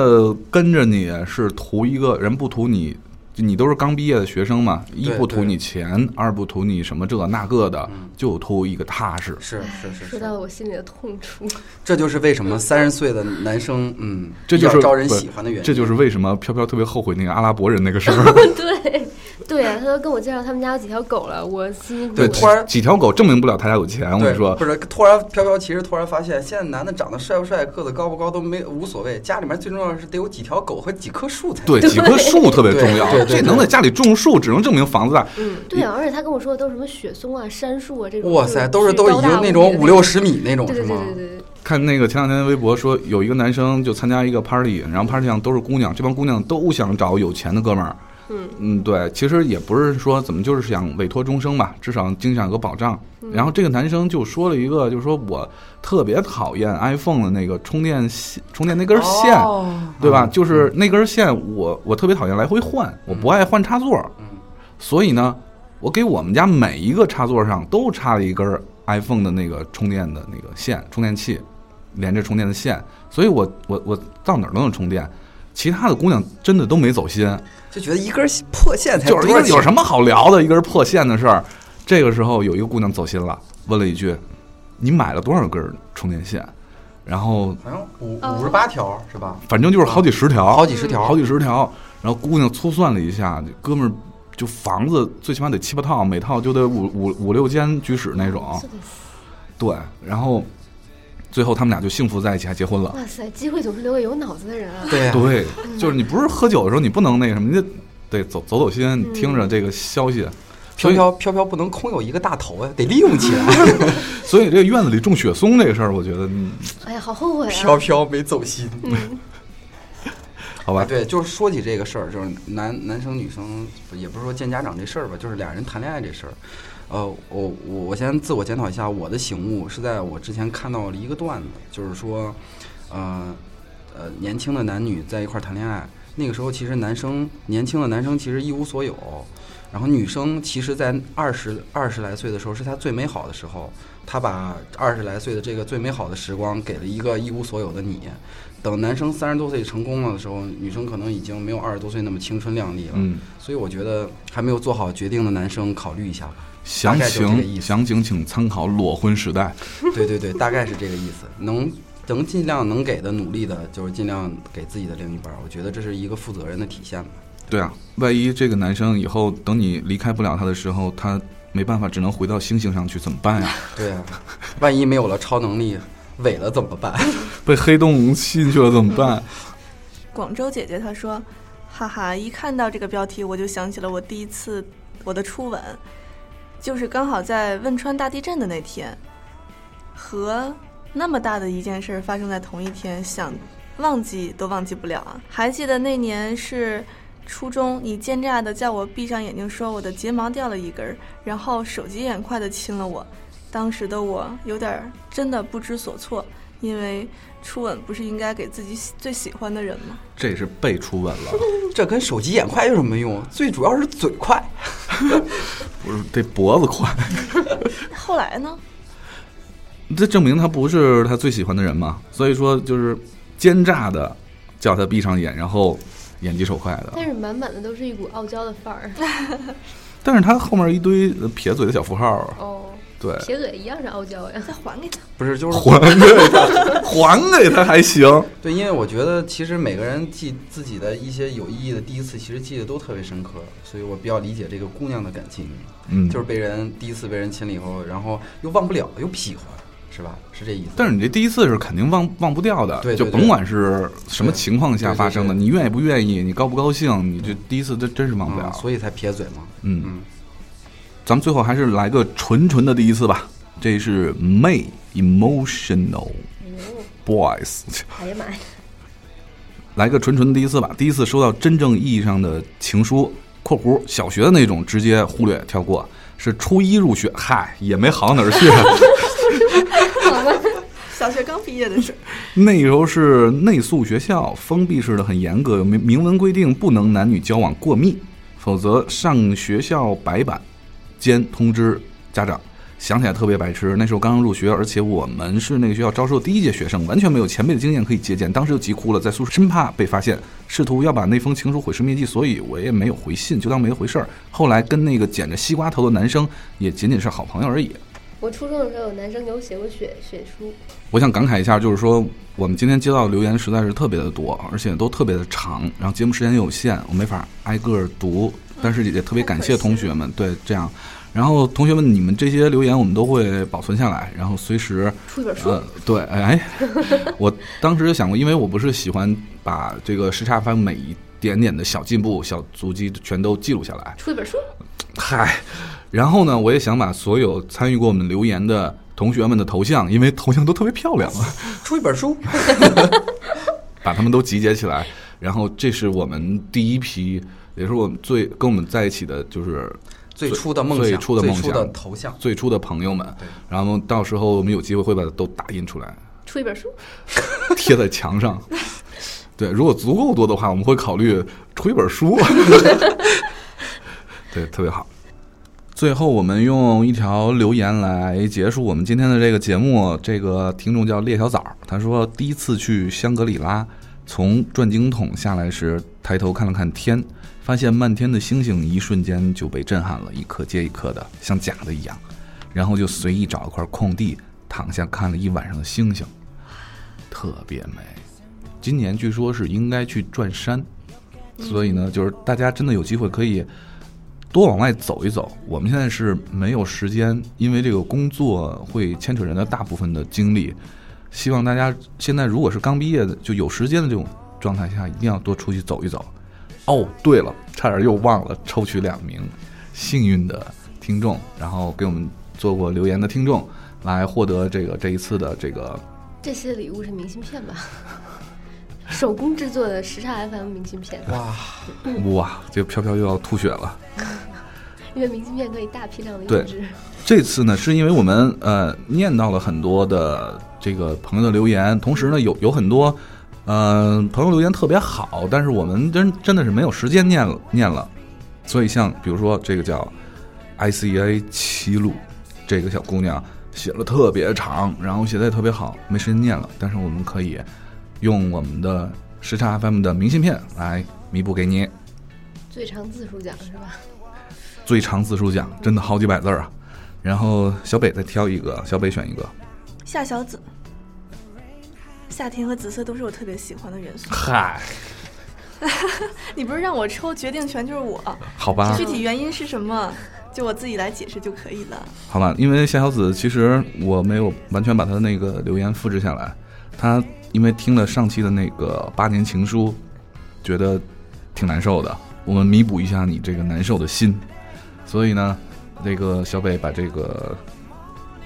[SPEAKER 1] 跟着你是图一个人不图你，就你都是刚毕业的学生嘛，一
[SPEAKER 3] 对
[SPEAKER 1] 不图
[SPEAKER 3] 对
[SPEAKER 1] 你钱，二不图你什么这那个的，就图一个踏实。
[SPEAKER 3] 嗯是是是
[SPEAKER 4] 说
[SPEAKER 3] 是
[SPEAKER 4] 到，了我心里的痛处。
[SPEAKER 3] 这就是为什么三十岁的男生，嗯，
[SPEAKER 1] 这就
[SPEAKER 3] 比
[SPEAKER 1] 是
[SPEAKER 3] 较招人
[SPEAKER 1] 不
[SPEAKER 3] 喜欢的原因。
[SPEAKER 1] 这就是为什么飘飘特别后悔那个阿拉伯人那个 事儿。
[SPEAKER 4] 对，对啊，他都跟我介绍他们家有几条狗了，我辛辛苦苦
[SPEAKER 3] 对，突然
[SPEAKER 1] 几条狗证明不了他家有钱，我跟
[SPEAKER 3] 对，
[SPEAKER 1] 你说
[SPEAKER 3] 不，是突然飘飘，其实突然发现，现在男的长得帅不帅、个子高不高都没无所谓，家里面最重要的是得有几条狗和几棵树才
[SPEAKER 1] 对几棵树特别
[SPEAKER 3] 对
[SPEAKER 1] 重要
[SPEAKER 3] 对对，对嗯
[SPEAKER 1] 这能在家里种树，只能证明房子大。
[SPEAKER 4] 对啊，而且他跟我说的都是什么雪松啊、杉树啊这种。
[SPEAKER 3] 哇塞，都是都已经那种五六。十米那种
[SPEAKER 4] 对
[SPEAKER 3] 是
[SPEAKER 4] 对对
[SPEAKER 3] 吗？
[SPEAKER 4] 对对对，
[SPEAKER 1] 看那个前两天微博说，有一个男生就参加一个 party，然后 party 上都是姑娘，这帮姑娘都想找有钱的哥们儿，
[SPEAKER 4] 嗯
[SPEAKER 1] 嗯，对，其实也不是说怎么，就是想委托终生吧，至少经济上有个保障。
[SPEAKER 3] 嗯
[SPEAKER 1] 然后这个男生就说了一个，就是说我特别讨厌 iPhone 的那个充电线，充电那根线，
[SPEAKER 3] 哦
[SPEAKER 1] 对
[SPEAKER 3] 嗯
[SPEAKER 1] 吧？就是那根线我，我特别讨厌来回换，我
[SPEAKER 3] 嗯
[SPEAKER 1] 不爱换插座。所以呢，我给我们家每一个插座上都插了一根 iPhone 的那个充电的那个线，充电器连着充电的线，所以我我我到哪儿都能充电。其他的姑娘真的都没走心，
[SPEAKER 3] 就觉得一根破线才
[SPEAKER 1] 就是一
[SPEAKER 3] 多少
[SPEAKER 1] 个有
[SPEAKER 3] 钱？
[SPEAKER 1] 什么好聊的一根破线的事儿。这个时候有一个姑娘走心了，问了一句：“你买了多少根充电线？”然后
[SPEAKER 3] 好像哎五
[SPEAKER 4] 哦
[SPEAKER 3] 五十八条是吧？
[SPEAKER 1] 反正就是好几十条，
[SPEAKER 3] 嗯好几十条，
[SPEAKER 1] 好几十条。然后姑娘粗算了一下，这哥们儿就房子最起码得七八套，每套就得五五五六间居室那种。对，然后最后他们俩就幸福在一起，还结婚了。
[SPEAKER 4] 哇塞，机会总是留给有脑子的人啊！
[SPEAKER 3] 对呀、嗯
[SPEAKER 1] 对， 就是你不是喝酒的时候，你不能那什么，你得得走走走心，你听着这个消息。
[SPEAKER 3] 飘
[SPEAKER 1] 所以
[SPEAKER 3] 飘飘飘不能空有一个大头啊，得利用起 来。
[SPEAKER 4] 啊
[SPEAKER 1] 所以这个院子里种雪松这个事儿，我觉得，嗯，
[SPEAKER 4] 哎呀，好后悔
[SPEAKER 3] 飘
[SPEAKER 4] 啊！
[SPEAKER 3] 飘没走心。
[SPEAKER 1] 好吧，
[SPEAKER 3] 哎对，就是说起这个事儿，就是男男生女生，也不是说见家长这事儿吧，就是俩人谈恋爱这事儿。呃，我我我先自我检讨一下，我的醒悟是在我之前看到了一个段子，就是说，呃呃，年轻的男女在一块儿谈恋爱，那个时候其实男生年轻的男生其实一无所有，然后女生其实，在二十二十来岁的时候是她最美好的时候，她把二十来岁的这个最美好的时光给了一个一无所有的你。等男生三十多岁成功了的时候，女生可能已经没有二十多岁那么青春靓丽了。
[SPEAKER 1] 嗯，
[SPEAKER 3] 所以我觉得还没有做好决定的男生考虑一下吧。
[SPEAKER 1] 详
[SPEAKER 3] 大概就是这个意
[SPEAKER 1] 情
[SPEAKER 3] 思
[SPEAKER 1] 详情请参考《裸婚时代》。
[SPEAKER 3] 对对对，大概是这个意思。能能尽量能给的努力的，就是尽量给自己的另一半儿。我觉得这是一个负责任的体现吧。
[SPEAKER 1] 对啊，万一这个男生以后等你离开不了他的时候，他没办法，只能回到星星上去，怎么办 呀？
[SPEAKER 3] 对啊，万一没有了超能力，萎了怎么办？
[SPEAKER 1] 被黑洞吸进去了怎么办？
[SPEAKER 2] 广州姐姐她说：“哈哈，一看到这个标题，我就想起了我第一次我的初吻，就是刚好在汶川大地震的那天，和那么大的一件事儿发生在同一天，想忘记都忘记不了啊！还记得那年是。”初中，你奸诈的叫我闭上眼睛，说我的睫毛掉了一根儿，然后手疾眼快的亲了我。当时的我有点儿真的不知所措，因为初吻不是应该给自己喜最喜欢的人吗？
[SPEAKER 1] 这是被初吻了，
[SPEAKER 3] 这跟手机眼快有什么用？最主要是嘴快。
[SPEAKER 1] 不是这脖子宽，
[SPEAKER 2] 后来呢？
[SPEAKER 1] 这证明他不是他最喜欢的人嘛。所以说，就是奸诈的叫他闭上眼，然后眼疾手快的。
[SPEAKER 4] 但是满满的都是一股傲娇的范儿。
[SPEAKER 1] 但是他后面一堆呃撇嘴的小符号，
[SPEAKER 4] 哦，
[SPEAKER 1] 对，
[SPEAKER 4] 撇嘴一样是傲娇呀。
[SPEAKER 2] 再还给他。
[SPEAKER 3] 不是，就是
[SPEAKER 1] 还给他，还给他还行。
[SPEAKER 3] 对，因为我觉得其实每个人记自己的一些有意义的第一次，其实记得都特别深刻，所以我比较理解这个姑娘的感情，
[SPEAKER 1] 嗯
[SPEAKER 3] 就是被人第一次被人亲了以后，然后又忘不了，又喜欢，是吧？是这意思。
[SPEAKER 1] 但是你这第一次是肯定忘忘不掉的，
[SPEAKER 3] 对对
[SPEAKER 1] 就甭管是什么情况下发生的，
[SPEAKER 3] 对对
[SPEAKER 1] 你愿意不愿意，你高不高兴，你这第一次真真是忘不了。
[SPEAKER 3] 嗯，所以才撇嘴嘛。
[SPEAKER 1] 嗯
[SPEAKER 3] 嗯，
[SPEAKER 1] 咱们最后还是来个纯纯的第一次吧，这是 May Emotional Boys，
[SPEAKER 4] 哎呀妈呀！
[SPEAKER 1] 来个纯纯的第一次吧。第一次收到真正意义上的情书（括弧小学的那种），直接忽略跳过。是初一入学，嗨，也没好到哪儿去。
[SPEAKER 2] 小学刚毕业的时候，
[SPEAKER 1] 那时候是内宿学校，封闭式的，很严格，有明明文规定不能男女交往过密，否则上学校白板，兼通知家长。想起来特别白痴，那时候刚刚入学，而且我们是那个学校招收的第一届学生，完全没有前辈的经验可以借鉴，当时就急哭了，在宿舍生怕被发现，试图要把那封情书毁尸灭迹，所以我也没有回信，就当没回事儿。后来跟那个剪着西瓜头的男生也仅仅是好朋友而已。
[SPEAKER 4] 我初中的时候有男生给我写过血血书，
[SPEAKER 1] 我想感慨一下，就是说我们今天接到的留言实在是特别的多，而且都特别的长，然后节目时间又有限，我没法挨个儿读，但是也特别感谢同学们，对这样。然后同学们，你们这些留言我们都会保存下来，然后随时
[SPEAKER 4] 出一本书。
[SPEAKER 1] 呃，对， 哎，我当时就想过，因为我不是喜欢把这个时差番每一点点的小进步、小足迹全都记录下来，
[SPEAKER 4] 出一本书，
[SPEAKER 1] 嗨， 然后呢，我也想把所有参与过我们留言的同学们的头像，因为头像都特别漂亮啊。
[SPEAKER 3] 出一本书，
[SPEAKER 1] 把他们都集结起来，然后这是我们第一批也是我们最跟我们在一起的，就是
[SPEAKER 3] 最初的梦 想，
[SPEAKER 1] 最初的梦想
[SPEAKER 3] 最初的头像，
[SPEAKER 1] 最初的朋友们
[SPEAKER 3] 对。
[SPEAKER 1] 然后到时候我们有机会会把它都打印出来，
[SPEAKER 4] 出一本书，
[SPEAKER 1] 贴在墙上。对，如果足够多的话，我们会考虑出一本书。 对，特别好。最后，我们用一条留言来结束我们今天的这个节目。这个听众叫猎小枣，他说第一次去香格里拉，从转经筒下来时，抬头看了看天，发现漫天的星星，一瞬间就被震撼了，一颗接一颗的，像假的一样。然后就随意找了块空地躺下看了一晚上的星星，特别美。今年据说是应该去转山，所以呢，就是大家真的有机会可以多往外走一走。我们现在是没有时间，因为这个工作会牵扯人的大部分的精力。希望大家现在如果是刚毕业的，就有时间的这种状态下，一定要多出去走一走。哦，对了，差点又忘了抽取两名幸运的听众，然后给我们做过留言的听众，来获得这个这一次的这个
[SPEAKER 4] 这些礼物是明信片吧？ 手工制作的时差 FM 明信片，
[SPEAKER 1] 哇，这个飘飘又要吐血了。
[SPEAKER 4] 因为明信片可以大批量的
[SPEAKER 1] 对
[SPEAKER 4] 印制。
[SPEAKER 1] 这次呢，是因为我们呃念到了很多的这个朋友的留言，同时呢有有很多呃朋友留言特别好，但是我们真真的是没有时间念了念了，所以像比如说这个叫 ICA 齐鲁这个小姑娘写了特别长，然后写的也特别好，没时间念了，但是我们可以用我们的时差 FM 的明信片来弥补给你
[SPEAKER 4] 最长字数奖是吧？
[SPEAKER 1] 最长字数奖，真的好几百字儿啊。然后小北再挑一个，小北选一个。
[SPEAKER 2] 夏小紫，夏天和紫色都是我特别喜欢的元素。
[SPEAKER 1] 嗨，
[SPEAKER 2] 你不是让我抽决定权就是我，
[SPEAKER 1] 好吧
[SPEAKER 2] 具，体原因是什么，就我自己来解释就可以了。
[SPEAKER 1] 好吧，因为夏小紫其实我没有完全把她的那个留言复制下来，她因为听了上期的那个八年情书，觉得挺难受的，我们弥补一下你这个难受的心，所以呢，这个小北把这个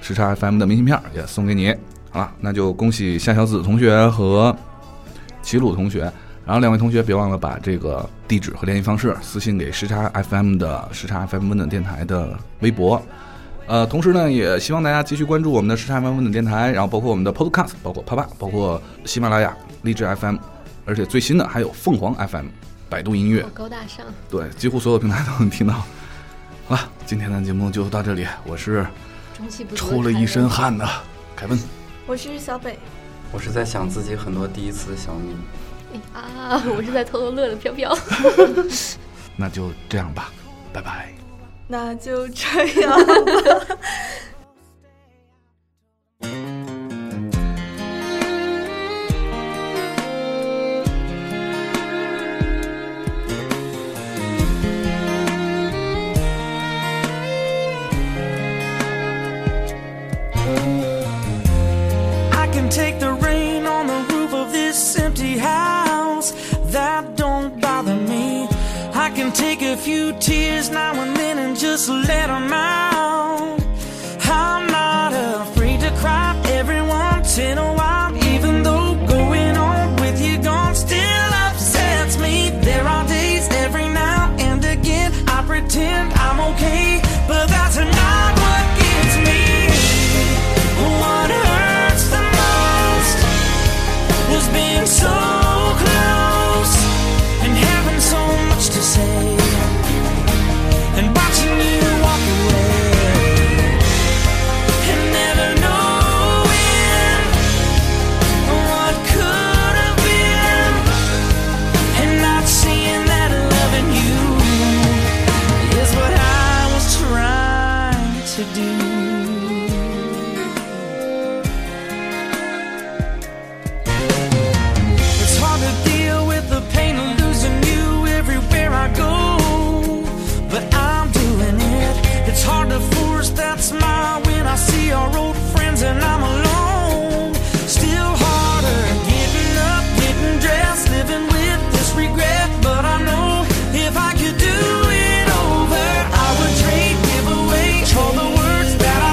[SPEAKER 1] 时差 FM 的明信片儿也送给你，好了，那就恭喜夏小紫同学和齐鲁同学。然后两位同学别忘了把这个地址和联系方式私信给时差 FM 的时差 FM 温暖电台的微博，呃，同时呢，也希望大家继续关注我们的时差 FM 温暖电台，然后包括我们的 Podcast，包括啪啪，包括喜马拉雅、荔枝 FM，而且最新的还有凤凰 FM、百度音乐
[SPEAKER 4] 好，哦高大上，
[SPEAKER 1] 对，几乎所有平台都能听到。 好了，今天的节目就到这里，我是
[SPEAKER 4] 中气不足。
[SPEAKER 1] 出了一身。汗的凯文，
[SPEAKER 2] 我是小北，
[SPEAKER 3] 我是在想自己很多第一次的小米。
[SPEAKER 4] 哎啊！我是在偷偷乐的飘 飘。
[SPEAKER 1] 那就这样吧，拜拜。
[SPEAKER 2] 那就这样。
[SPEAKER 8] I can take the rain on the roof of this empty house. That don't bother me. I can take a few tears now and then and just let 'em out. I'm not afraid to cry every once in a while, even though going on with you gone still upsets me. There are days every now and again I pretend I'm okay, but that's not what gets me. What hurts the most was being so close and having so much to say and watching you walk away and never knowing what could have been and not seeing that loving you is what I was trying to do. It's hard to deal with the pain of losing you everywhere I go. But I'm doing it. It's hard to force that smile when I see our old friends and I'm alone. Still harder getting up, getting dressed, living with this regret. But I know if I could do it over, I would trade, give away all the words that I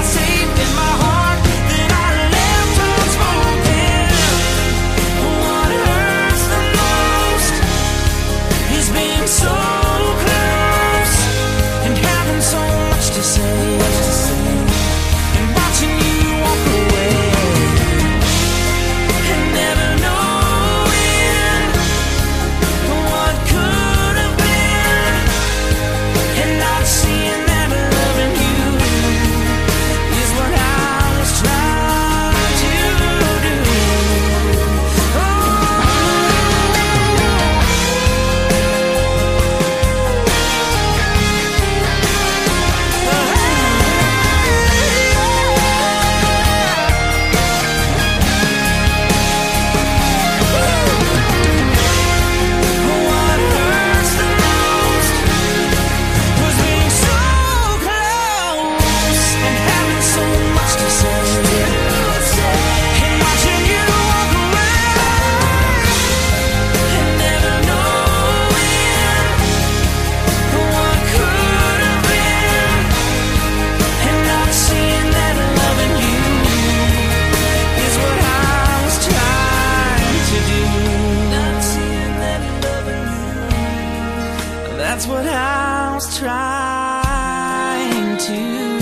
[SPEAKER 9] That's what I was trying to